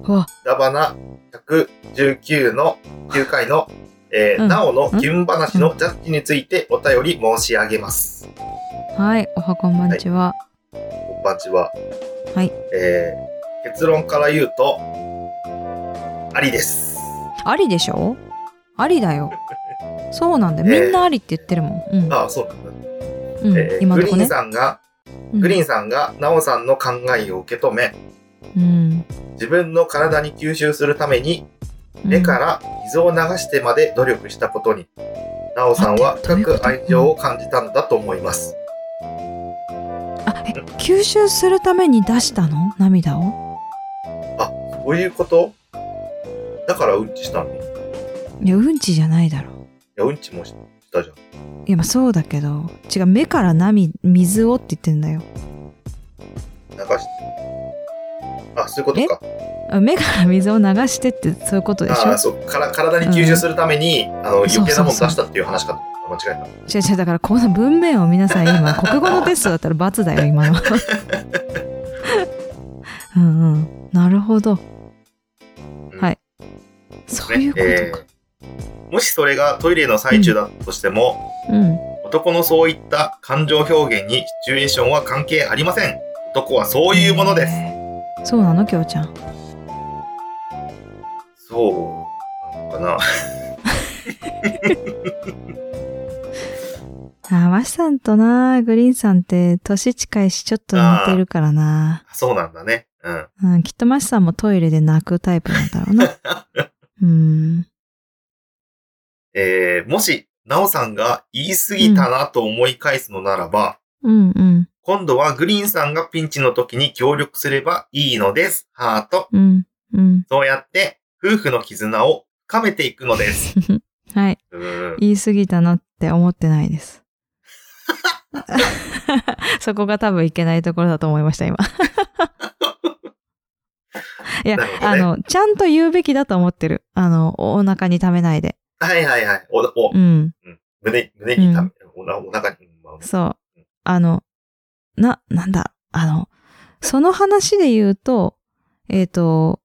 S2: うわ、
S1: ダバナ119の9回の、えー
S2: うん
S1: なおのキュン話のジャッジについてお便り申し上げます。
S2: はい。おはこんばんちは。
S1: こんばんちは。
S2: はい。
S1: えー結論から言うと、ありです。
S2: ありでしょありだよ。そうなんだよ。みんなありって言ってるもん。うん。
S1: ああ、そうなんだ。
S2: うん
S1: えー
S2: 今
S1: グ
S2: の
S1: リー
S2: とこ
S1: ン
S2: ね。
S1: さんが、
S2: うん
S1: グリーンさんが、ナオさんの考えを受け止め、
S2: うん。
S1: 自分の体に吸収するために、
S2: うん
S1: 目から水を流してまで努力したことに、ナオさんは
S2: 待
S1: 深
S2: ってどういうこと
S1: く愛情を感じたんだと思います。
S2: あ、え、吸収するために出したの涙を
S1: どういうことだからうんちしたのい
S2: いや、うんちじゃないだろ。
S1: や、うんちもししたじゃん。
S2: いや、まあそうだけど、違う、目から涙、水をって言ってんだよ。
S1: 流して。あ、そういうことか。
S2: あ目から水を流してって、そういうことでし
S1: あ
S2: ょ
S1: あ、そうから。体に吸収するために、あの、余計なもの出したっていう話かと思った。間違え
S2: 違う違うだからこの文面を皆さん 今国語のテストだったら罰だよ今の うんうんなるほど
S1: た。
S2: はいそういうことか、
S1: えーもしそれがトイレの最中だとしても、
S2: うん
S1: 男のそういった感情表現にシチュエーションは関係ありません。男はそういうものです。
S2: そうなのきょうちゃん
S1: そうなのかな。
S2: あマシさんとなグリーンさんって年近いしちょっと似てるからな
S1: そうなんだね。うん。
S2: うん、きっとマシさんもトイレで泣くタイプなんだろう なうん
S1: えーもし、なおさんが言い過ぎたなと思い返すのならば、
S2: うんうん
S1: 今度はグリーンさんがピンチの時に協力すればいいのです。ハート。
S2: うんうん
S1: そうやって、夫婦の絆を深めていくのです。
S2: はいう
S1: ーん。
S2: 言い過ぎたなって思ってな いです。そこが多分いけないところだと思いました、 今。いや、
S1: なるほど
S2: あ
S1: ね
S2: の、ちゃんと言うべきだと思ってる。あの、お腹に溜めないで。
S1: はいはいはい。お、お
S2: う、ん、
S1: 胸、胸にため、おなお腹に、まあ
S2: そう。あの、な、なんだ、あの、その話で言うと、えっ、と、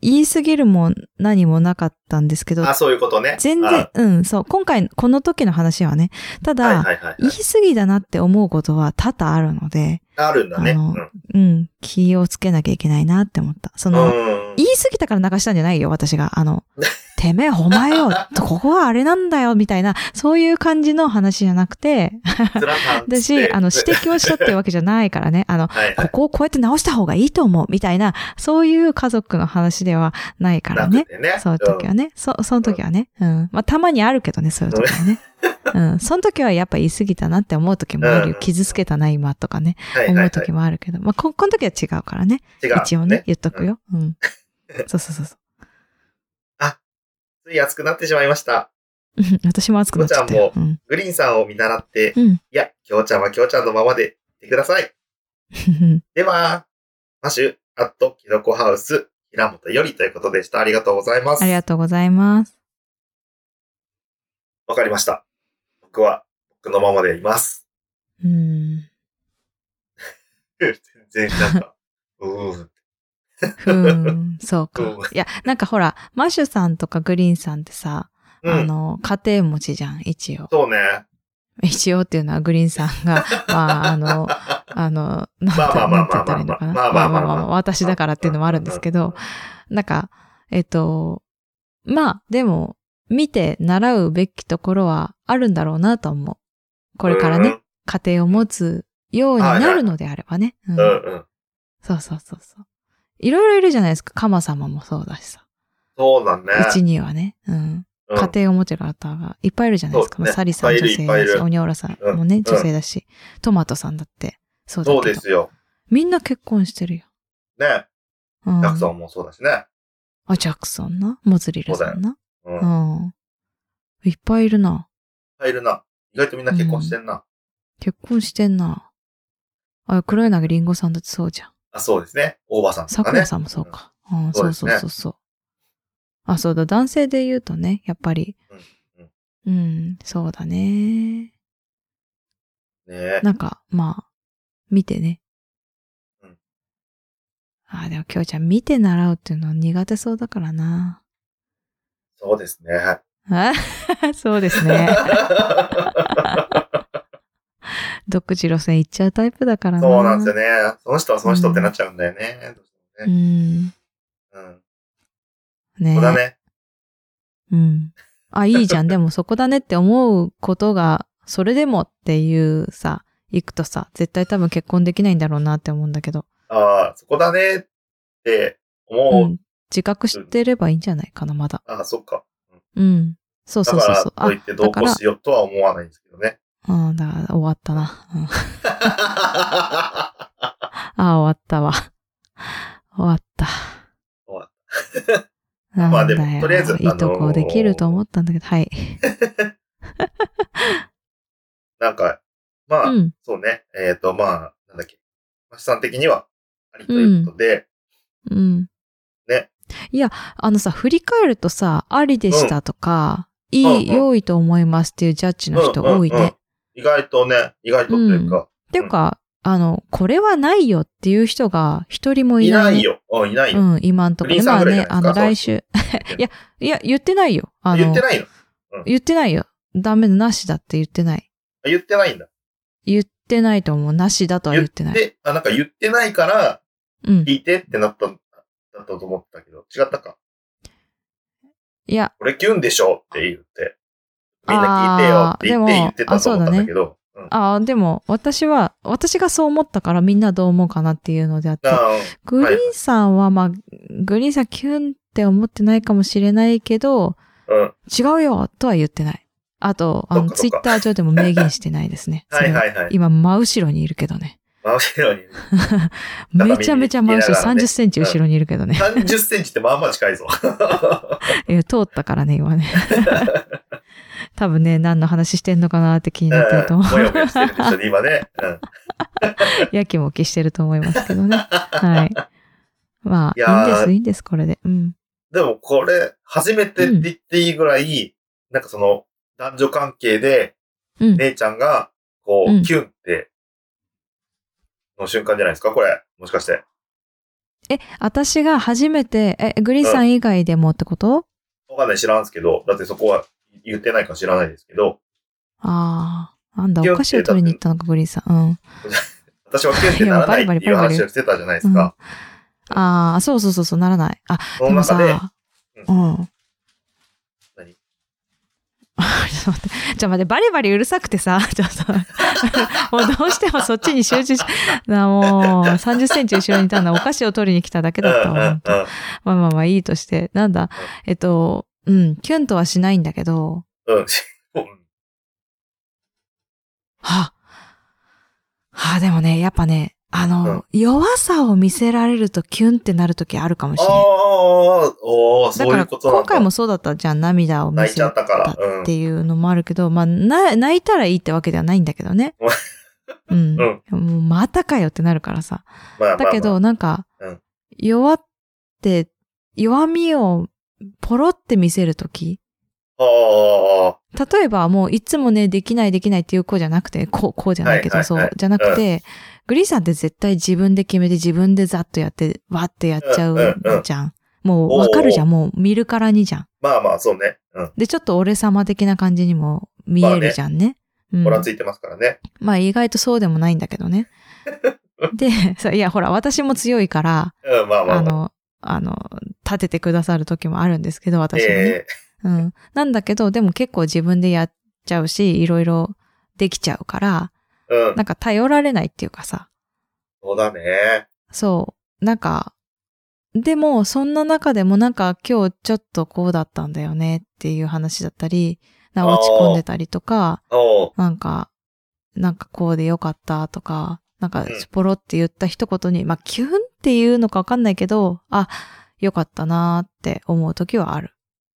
S2: 言い過ぎるも何もなかったんですけど、
S1: あ、そういうことね。
S2: 全然
S1: あ、
S2: うん、そう、今回、この時の話はね、ただ、
S1: はいはいはい。
S2: 言い過ぎだなって思うことは多々あるので、
S1: あるんだね。
S2: あ
S1: うん
S2: のうん、気をつけなきゃいけないなって思った。その、
S1: うん。
S2: 言い過ぎたから流したんじゃないよ、私が。あの、てめえ、お前よ、ここはあれなんだよ、みたいな、そういう感じの話じゃなくて、
S1: つらかんつって
S2: 私、あの、指摘をしたってわけじゃないからね、あの、
S1: はいは
S2: こ
S1: い。
S2: こをこうやって直した方がいいと思う、みたいな、そういう家族の話ではないから
S1: な
S2: ね
S1: く。てね。
S2: そういう時は
S1: ん
S2: ね。そ、その時はね。うん。まあ、たまにあるけどね、そういう時はね。うん。その時はやっぱ言い過ぎたなって思う時もあるよ
S1: う。ん
S2: 傷つけたな、今とかね。
S1: はいはい
S2: 思
S1: は
S2: う
S1: い。
S2: 時もあるけど。まあ、こ、この時は違うからね。
S1: 違う。
S2: 一応ね、。言っとくよ。うん。そうそうそうそう。
S1: つい熱くなってしまいました。
S2: うん 私も熱くなっちゃったよ。うん。
S1: グリーンさんを見習って、
S2: う
S1: い
S2: ん。
S1: や、きょうちゃんはきょうちゃんのままでいてください。では、マシュ、アット、キノコハウス、平本よりということでした。ありがとうございます。
S2: ありがとうございます。
S1: わかりました。僕は、僕のままでいます。
S2: うん。
S1: 全然、なんか、 うーん。
S2: ふーん。そうか
S1: うん。
S2: いや、なんかほら、マッシュさんとかグリーンさんってさ、
S1: うん
S2: あの、家庭持ちじゃん、一応。
S1: そうね。
S2: 一応っていうのはグリーンさん が、まあ、あの、あの、なん
S1: まあまあま
S2: た
S1: あ
S2: なんて言ったらいいのかな。
S1: まあまあまあまあまあまあ
S2: 私だからっていうのもあるんですけど、なんか、えっと、まあ、でも、見て習うべきところはあるんだろうなと思う。これからね、家庭を持つようになるのであればね。う
S1: うん。うん
S2: ん
S1: うん。
S2: そうそうそうそう。いろいろいるじゃないですか。カマ様もそうだしさ。
S1: そうだね。
S2: うちにはね。うん。
S1: うん
S2: 家庭を持ってる方がいっぱいいるじゃないですか。
S1: そう
S2: ま
S1: で
S2: あ
S1: すね
S2: サリさん
S1: いっ
S2: 女
S1: ぱいいるいっぱいい
S2: 性だし、
S1: る
S2: 女オラさんもね、
S1: うん
S2: 女性だし、トマトさんだって、そうだけ
S1: そ
S2: ど。
S1: うですよ。
S2: みんな結婚してるよ。
S1: ね。
S2: うん、
S1: ジャクソンもそうだしね。
S2: あ、ジャクソンな。モズリルさんな。
S1: うん。いうっ
S2: ん。いっぱいいるな。
S1: ぱいいるな。意外とみんな結婚してんな。
S2: 結婚してんな。あ、黒柳りんごさんだってそうじゃん。
S1: あ、そうですね。大場さんと
S2: さ
S1: か
S2: く
S1: ね
S2: ら。さんもそうか。うん、
S1: そう
S2: そう
S1: です
S2: そ
S1: ね
S2: うそうそう。あ、そうだ。男性で言うとね、やっぱり。うん、そうだね。
S1: ね
S2: なんか、まあ、見てね。
S1: うん
S2: あ、でも、きょうちゃん、見て習うっていうの苦手そうだからな。
S1: そうですね。
S2: あそうです ね。独自路線行っちゃうタイプだからな。
S1: そうなんですよね。その人はその人ってなっちゃうんだよね。どうしても
S2: う
S1: ね
S2: ん。ね
S1: うん。
S2: え
S1: そうだね。
S2: うん。あ、いいじゃん。でもそこだねって思うことが、それでもっていうさ、行くとさ、絶対多分結婚できないんだろうなって思うんだけど。
S1: ああ、そこだねって
S2: う
S1: 思う。
S2: ん。自覚してればいいんじゃないかな、まだ。
S1: ああ、そっか。
S2: うん。そう
S1: だ
S2: そ
S1: か
S2: うそう
S1: ら、
S2: そう。
S1: といって同行しようとは思わないんですけど ね。
S2: あ、うん、だから終わったな。うんああ、終わったわ。終わった。
S1: 終わったまあでもとりあえず
S2: いいと
S1: あの
S2: こ
S1: ー
S2: できると思ったんだけど、はい。
S1: なんか、まあ、
S2: うん。
S1: そうね。えっ、と、まあ、なんだっけ。マシさん的には、ありということで、
S2: うん。
S1: ね。
S2: いや、あのさ、振り返るとさ、ありでしたとか、いい、
S1: うんうん
S2: 良いと思いますっていうジャッジの人多いね。
S1: うんうんうん意外とね、意外とというか、
S2: っていうか、あの、これはないよっていう人が一人もい
S1: い
S2: ない
S1: な
S2: ね、
S1: いよ。うんいないよ。
S2: うん、今んとこ
S1: グリー
S2: ろ。
S1: ンさん
S2: まあ
S1: ぐらいじゃな
S2: ね、
S1: い
S2: あ
S1: ですか
S2: の、来週。 いや、いや、言ってないよ。あの、
S1: 言ってないの
S2: 言ってないよ。ダメだ、なしだって言ってない。
S1: あ言ってないんだ。
S2: 言ってないと思う。なしだとは言ってない。
S1: で、あ、なんか言ってないから、
S2: うん。
S1: 聞いてってなったんだだったと思ったけど、違ったか。
S2: いや、
S1: これキュンでしょって言って。みんな聞いてよって言って
S2: あーでも
S1: 言ってたと思ったんだけど。うん
S2: ああ、でも、私は、私がそう思ったからみんなどう思うかなっていうのであって、
S1: あ
S2: グリーンさんは、まあ、グリーンさんキュンって思ってないかもしれないけど、
S1: ーうん。
S2: 違うよとは言ってない。あと、あ
S1: そっ
S2: の、
S1: か
S2: ツ
S1: そ
S2: イ
S1: っか。
S2: ッター上でも明言してないですね
S1: はい
S2: それは
S1: はいはい。
S2: 今、真後ろにいるけどね。
S1: 真後ろに。
S2: めちゃめちゃ真後ろ、
S1: 畳に
S2: 30センチ後ろにいるけどね。
S1: 30センチってまあまあ近いぞ。
S2: いや通ったからね、今ね。 多分ね、何の話してんのかなって気になってると思う。
S1: もやもやしてるでしょね、今ね。うん。
S2: やきもきしてると思いますけど ね。はい。ま
S1: いやー
S2: あ、いいんです、いいんです、これで。うん。
S1: でもこれ、初めてって言っていいぐらい、なんかその、男女関係で、
S2: うん。
S1: 姉ちゃんが、こう、
S2: うん
S1: キュンって、の瞬間じゃないですかこれ、もしかして。
S2: え、私が初めて、え、グリさん以外でもってこと
S1: わかんない、知らんすけど、だってそこは言ってないから知らないですけど、
S2: ああ、なんだ、
S1: いや
S2: お菓子を取りに行ったのか、グリさん。うん。
S1: 私はキュンってならない
S2: いやバリバリ
S1: っていう
S2: バリバリ
S1: 話をしてたじゃないですか。
S2: ああ、そうそうそうそう、ならない。あ、
S1: その中で、
S2: でもさうん。
S1: 何
S2: ちょっと待って。ちょっと待って、バリバリうるさくてさ、 ちょっと、もうどうしてもそっちに集中し、なもう、30センチ後ろにいたんだ、お菓子を取りに来ただけだったわ。本当まあまあまあいいとして、なんだ、えっと、うん、キュンとはしないんだけど、
S1: うん、うん、うん。う ん
S2: はあ、はあ、でもね、やっぱね、あの、弱さを見せられるとキュンってなるときあるかもし
S1: ああ
S2: れない。、
S1: おお
S2: だ
S1: そう
S2: か
S1: いう
S2: ら、
S1: ことなんだ。
S2: 今回もそうだったじゃん、涙を見
S1: 泣い
S2: せ
S1: ちゃったから。う
S2: っ
S1: ん。
S2: ていうのもあるけど、まあ、な泣いたらいいってわけではないんだけ どね。うん。
S1: うん
S2: もうまたかよってなるからさ。
S1: まあまあ、まあ、
S2: だけど、なんか、
S1: うん
S2: 弱って、弱みをポロって見せるとき。
S1: ああ、
S2: 例えばもういつもね、できないできないっていう子じゃなくて、こう、こうじゃないけど、
S1: はいはいはい
S2: そう、じゃなくて、グリーンさんって絶対自分で決めて自分でざっとやって、わってやっちゃ
S1: うんうんう
S2: うんじゃん。もうわかるじゃん。もう見るからにじゃん。
S1: まあまあ、そうね。うん。
S2: で、ちょっと俺様的な感じにも見えるじゃんね。うん
S1: ほらついてますからね。
S2: まあ意外とそうでもないんだけ どね。で、そういやほら、私も強いから、
S1: うん、まあま
S2: あ
S1: あまあ。
S2: の、あの、立ててくださる時もあるんですけど、私もね。
S1: え
S2: うん。なんだけど、でも結構自分でやっちゃうし、いろいろできちゃうから、
S1: えうん。
S2: なんか頼られないっていうかさ、
S1: そうだね。
S2: そう、なんか、でも、そんな中でもなんか今日ちょっとこうだったんだよねっていう話だったり、なんか落ち込んでたりとか、
S1: おう
S2: なんか、なんかこうでよかったとか、なんか
S1: うん
S2: ポロって言った一言に、まあ、キュンっていうのかわかんないけど、あ、よかったなーって思う時はある。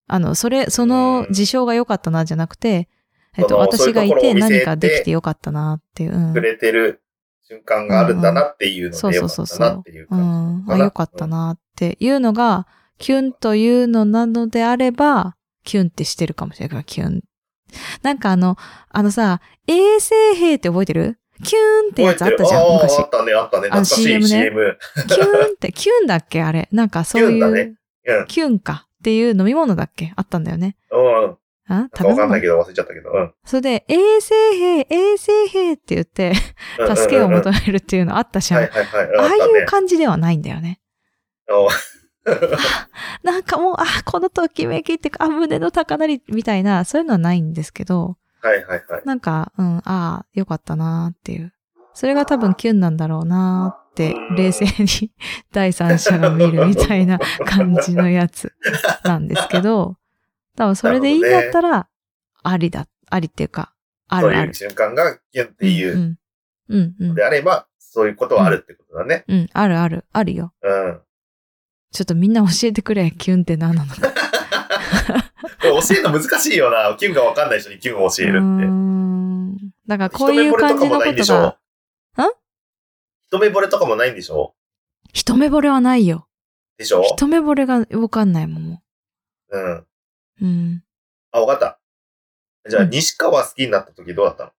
S2: あの、それ、その
S1: うん
S2: 事象が良かったなじゃなくて、えっと、
S1: そのそうい
S2: 私
S1: うと
S2: が
S1: こ
S2: い
S1: ろを
S2: て
S1: 見せて
S2: 何かできてよかったなっていう。うん
S1: くれてる瞬間があるんだなっていうの
S2: そう
S1: で
S2: そ
S1: よ
S2: う
S1: か
S2: そう
S1: った
S2: そ
S1: なっ
S2: う
S1: ていう。
S2: う
S1: 感
S2: ん。
S1: か
S2: あ、
S1: な
S2: よかったなっていうのが、キュンというのなのであれば、キュンってしてるかもしれない。キュン。なんかあの、あのさ、衛生兵って覚えてるキュンっ
S1: じ。
S2: てやつあったじゃん、
S1: 覚えてる
S2: 昔
S1: あーあ。ったね、あったね。
S2: あ
S1: 懐か
S2: の
S1: しい
S2: CM ね
S1: CM。
S2: キュンって、キュンだっけあれ。なんかそういう。
S1: キュンだねうん。
S2: キュンかっていう飲み物だっけあったんだよね。
S1: うん。
S2: あ
S1: なん
S2: 食
S1: か
S2: べ
S1: わかんな
S2: 物
S1: いけど忘れちゃったけど。うん。
S2: それで、衛生兵、衛生兵って言って、
S1: うん
S2: 助けを
S1: うんうんうん
S2: 求めるっていうのあったじゃん。
S1: はいはいはい。
S2: ああ
S1: った
S2: い
S1: ね
S2: う感じではないんだよね。
S1: おう
S2: なんかもう、あ、このときめきっていうか、あ、胸の高鳴りみたいな、そういうのはないんですけど、
S1: はいはいはい。
S2: なんか、うん、ああ、よかったなーっていう。それが多分キュンなんだろうなーって、冷静に 第三者が見るみたいな感じのやつなんですけど、多分それでいいんだったら、ありだ、ありっていうか、あ
S1: そう
S2: るあ
S1: いう
S2: る。。
S1: 瞬間がキュンっていううん
S2: うん、うん
S1: ので。あれば、そういうことはあるってことだね。
S2: うん、あるある、あるよ。
S1: うん。
S2: ちょっとみんな教えてくれ、キュンって何なのか。
S1: でも教えるの難しいよな。キュンがわかんない人にキュンを教え
S2: うー
S1: るって。
S2: ん。だからこう
S1: 一
S2: い
S1: 目
S2: う
S1: 惚れ
S2: 感
S1: とか
S2: じ
S1: も
S2: のこ
S1: ないんで
S2: と
S1: しょ
S2: が、ん
S1: 一目惚れとかもないんでしょ
S2: 一目惚れはないよ。
S1: でしょ
S2: 一目惚れがわかんないもんも
S1: うん。
S2: う。うん。
S1: あ、わかった。じゃあ、
S2: うん
S1: 西川好きになった時どうだったの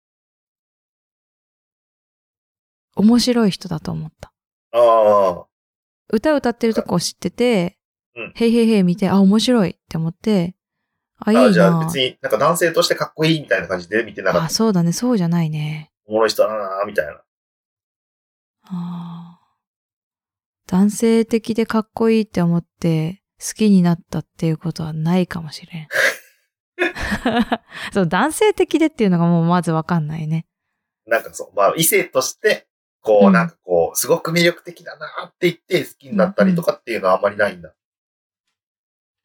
S2: 面白い人だと思った。
S1: あ
S2: 歌歌ってるとこを知ってて、
S1: うん
S2: へいへいへい見て、あ、面白いって思って、あ、いい
S1: あ。あじゃあ
S2: な
S1: 別になんか男性としてかっこいいみたいな感じで見てなか
S2: あ、
S1: った。
S2: そうだね、そうじゃないね。
S1: おもろい人だなみたいな。
S2: あー男性的でかっこいいって思って、好きになったっていうことはないかもし れん。そう、男性的でっていうのがもうまずわかんないね。
S1: なんかそう、まあ異性として、こう、
S2: うん
S1: なんかこう、すごく魅力的だなって言って好きになったりとかっていうのはあんまりないんだ。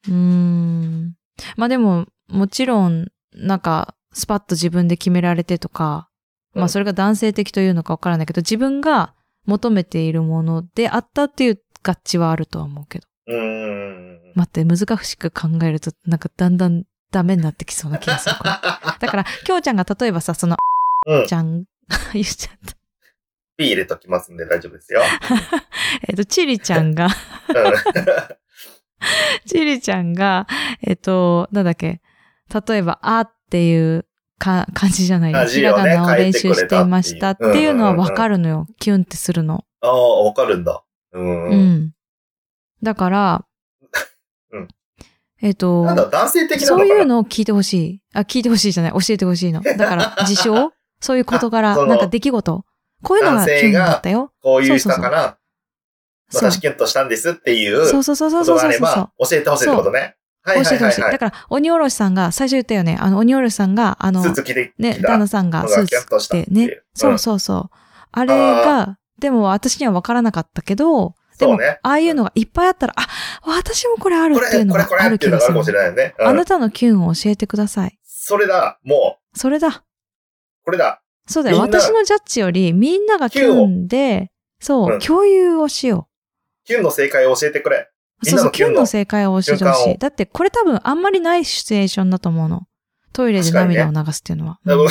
S2: うーん。まあでも、もちろん、なんか、スパッと自分で決められてとか、ま
S1: う
S2: あ
S1: ん
S2: それが男性的というのかわからないけど、自分が求めているものであったっていう合致はあるとは思うけど。
S1: うーん。
S2: 待って、難しく考えると、なんかだんだんダメになってきそうな気がする。これだから、きょうちゃんが例えばさ、その、
S1: うん
S2: ち。ゃん、言っちゃった。
S1: P 入れときますんで大丈夫ですよ。
S2: えっと、ちりちゃんが、
S1: うん
S2: ちりちゃんが、えっと、なんだっけ、例えば、あっていうか感じじゃない
S1: 感
S2: ひ
S1: じ
S2: ら
S1: よね
S2: がなを練
S1: 変
S2: 習
S1: えてく
S2: し
S1: れたってい
S2: て
S1: う
S2: いましたっていうのはわかるのよ。キュンってするの。
S1: ああ、わかるんだ。う。
S2: うんん。だから、
S1: うん
S2: えっと
S1: なん、だ、男性的なの
S2: そう
S1: か
S2: いう
S1: な
S2: のを聞いてほしい。あ、聞いてほしいじゃない。教えてほしいの。だ から、事象そういう事
S1: あ
S2: 柄、
S1: その
S2: なんか出来事。こういうのが
S1: 男
S2: キ
S1: 性が
S2: ュンだったよ。
S1: こういう人
S2: そうそうそう
S1: から、
S2: そう。
S1: 私キュンとしたんですっていう
S2: そう
S1: こ
S2: そうそうそう
S1: と
S2: そう
S1: があ
S2: そう
S1: れ
S2: そう。
S1: ば、教えてほしいってことね。はいはい
S2: 教えて
S1: は
S2: ほ
S1: い
S2: しい。
S1: は
S2: だ
S1: い。
S2: から、鬼おろしさんが、最初言ったよね。あの、鬼おろしさんが、あの
S1: ス、ーツ着て
S2: ね、
S1: きた
S2: 旦
S1: の
S2: 那さんがス
S1: が
S2: ー
S1: キュン
S2: ツ
S1: と
S2: 着
S1: したっててい
S2: ね
S1: う。。
S2: そ
S1: ん
S2: うそうそう。あれが、でも私には分からなかったけど、で
S1: そう
S2: も、
S1: ね。
S2: ああいうのがいっぱいあったら、あ、私もこれある
S1: こ
S2: っていう
S1: れ、
S2: の
S1: これ、
S2: が
S1: こ
S2: あ
S1: れ
S2: る
S1: ってい
S2: 気
S1: うの
S2: が
S1: があ
S2: す
S1: るか
S2: る
S1: もし。れないよね。
S2: あ
S1: うん
S2: なたのキュンを教えてください。
S1: それだ、も
S2: それだ。
S1: う、これだ。
S2: そうだよ。
S1: みんな
S2: 私のジャッジより、みんながキュンで、そうう、
S1: ん
S2: 共有をしよ
S1: キュンの正解を教えてくれ。
S2: う。
S1: み
S2: そ
S1: んな
S2: うそう、
S1: の
S2: キ
S1: キ
S2: ュ
S1: ュ
S2: ン
S1: ン
S2: の
S1: の
S2: 正解を教えてほし
S1: 瞬間
S2: い。
S1: を
S2: だって、これ多分あんまりないシチュエーションだと思うの。トイレで
S1: 確かにね
S2: 涙を流すっていうの は。
S1: ま
S2: うん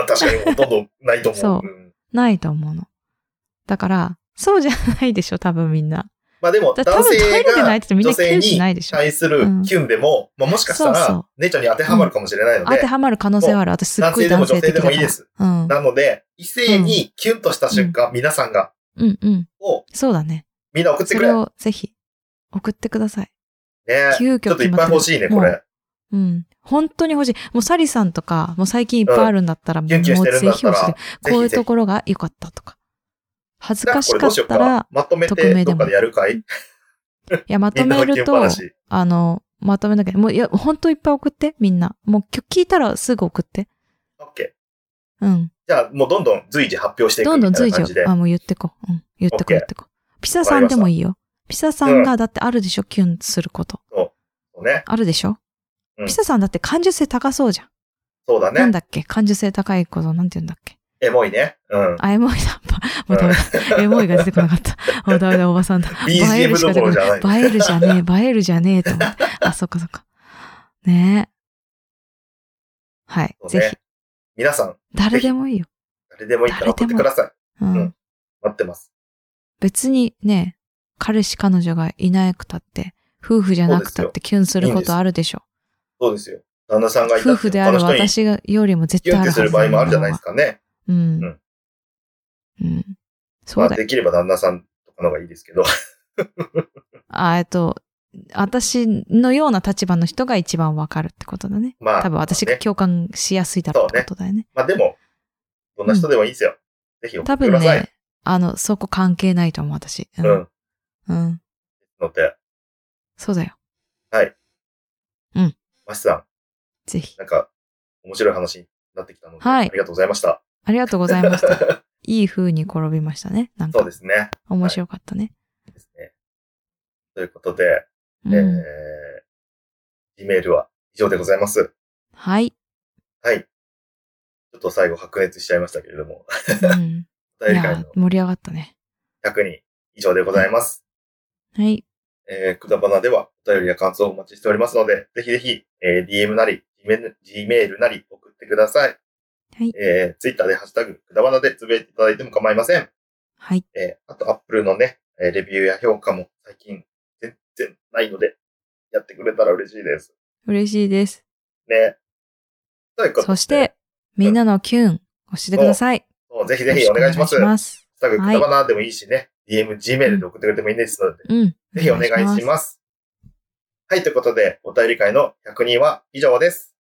S1: あ確かにほとんどないと思う。
S2: そう
S1: うん
S2: ないと思うの。だから、そうじゃないでしょ、多分みんな。
S1: まあでも、
S2: だ多
S1: 男
S2: 分トイレ
S1: 性
S2: で泣いてて
S1: が
S2: みんな
S1: 女
S2: キュ
S1: 性
S2: ンしない
S1: に
S2: でしょ。
S1: 対するキュンでも、まあもしかした
S2: そうそう
S1: ら、姉ちゃんに当てはまるかもしれないの
S2: 当て
S1: で、
S2: はまる可能性はある。私すっごい男
S1: 男
S2: 性
S1: 性
S2: 的
S1: で
S2: だ
S1: も女性でも
S2: から。
S1: いいです
S2: うん。
S1: なので、異性にキュンとした瞬間、皆さんが、
S2: うんうん。
S1: を
S2: そうだね。
S1: みんな送って
S2: そ
S1: くれ
S2: れ。をぜひ。送ってください。
S1: ね
S2: 急遽
S1: ちょっとい
S2: 決
S1: っ
S2: ま
S1: ぱ
S2: っ
S1: い
S2: て
S1: 欲しいね、これ。
S2: うん。本当に欲しい。もうサリさんとか、もう最近いっぱいあるんだったら、もう
S1: キュンキュンしてるんだったら、
S2: もう
S1: ぜひぜひ
S2: こういうところが良かったとか。恥ず
S1: なんか
S2: か
S1: こ
S2: し
S1: れ
S2: か
S1: どう
S2: っ
S1: しよう
S2: たら
S1: か。、まとめ
S2: 匿名
S1: て
S2: で
S1: ど
S2: も
S1: っかでやるかい
S2: いや、まと
S1: みんな
S2: め
S1: のキュ
S2: る
S1: ン
S2: と、
S1: 話。
S2: あの、まとめなきゃ。もう、いや、本当いっぱい送って、みんな。もう今日聞いたらすぐ送って。
S1: オッケー。
S2: うん。
S1: じゃあ、もうどんどん随時発表していく
S2: どん
S1: み
S2: ど
S1: たい
S2: ん
S1: な
S2: 随時
S1: 感じで。、
S2: あ、もう言ってこ。うん。言ってこ、
S1: オッケー
S2: 言ってこ。ピサさんでもいいよ。ピサさんが、だってあるでしょ、キュンすること。
S1: そうね。
S2: あるでしょ、
S1: うん
S2: ピサさんだって感受性高そうじゃん。
S1: そうだ
S2: なん
S1: ね。
S2: だっけ感受性高いこと、なんて言うんだっけ
S1: エモいね。うん。
S2: あ、エモいだ。ば もうダメだ。エモいが出てこなかった。もうダメだ、おば さんだ。映える
S1: BGM
S2: しか
S1: どこ
S2: 出てこ
S1: ろじゃない。
S2: ない。映えるじゃね え、映えるじゃねえと思って。あ、そっかそっか。ねえ。はい、
S1: そう
S2: ぜ
S1: ね
S2: ひ。。
S1: 皆さん、
S2: 誰でもいいよ。
S1: 誰でもいいから送ってください。
S2: うん。
S1: うん待ってます。
S2: 別にね、彼氏彼女がいなくたって、夫婦じゃなくたってキュンすることあるでしょ。
S1: そうですよ。旦那さんがいた
S2: 夫
S1: って
S2: 婦で
S1: 他の
S2: ある
S1: 人に
S2: 私がよりも絶
S1: キュン
S2: 対あ
S1: っ
S2: る
S1: て
S2: は
S1: する
S2: ず
S1: 場合もあるじゃないですかね。
S2: うん。
S1: うん
S2: うん。
S1: ま
S2: そ
S1: あ、
S2: うだよ。
S1: できれば旦那さんとかの方がいいですけど。
S2: あ、えっと、私のような立場の人が一番わかるってことだね。
S1: まあ、
S2: 多分私が
S1: ね
S2: 共感しやすいだろうってことだよね。
S1: まあでも、どんな人でもいいですよ。ぜひ送
S2: 多
S1: ってくだ
S2: 分
S1: さい。
S2: ね、あの、そこ関係ないと思う、私。う。
S1: うんん。
S2: うん。
S1: ので、
S2: そうだよ。
S1: マシさん、
S2: ぜひ。
S1: なんか、面白い話になってきたので、
S2: はい
S1: ありがとうございました。
S2: ありがとうございました。 いい風に転びましたね。なん
S1: そう
S2: か
S1: で、すね。
S2: 面白かったね。
S1: ですね。ということで、
S2: うん。
S1: えー、Gmail は以上でございます。
S2: はい。
S1: はい。ちょっと最後白熱しちゃいましたけれども、
S2: うん
S1: お
S2: い
S1: 便り会
S2: や
S1: の、
S2: 盛り上がったね。
S1: 100人以上でございます。
S2: はい。
S1: えー、くだばなではお便りや感想をお待ちしておりますので、ぜひぜひ、えー DM なり、Gmail Gmail なり送ってください。
S2: はい
S1: えー、Twitter でハッシュタグ、くだばなでつぶやいていただいても構いません。
S2: はい。
S1: えー、あと Apple のね、えーレビューや評価も最近全然ないので、やってくれたら嬉しいです。
S2: 嬉しいです。
S1: ね。ということで。
S2: そして、みんなのキュン、押してください。
S1: そう、ぜひぜひお願いします。
S2: よろくお
S1: ハッ
S2: 願
S1: シ
S2: いしす
S1: ュタグ、くだばなでもいいしね、DM、Gmail で送ってくれてもいいですので、
S2: うん。
S1: ぜひお願いし
S2: す。
S1: ます。はい、ということで、お便り会の100人は以上です。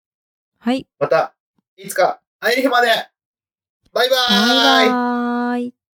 S2: はい。
S1: また、いつか会える日までバイバ
S2: バ
S1: ーイ
S2: イバーイ。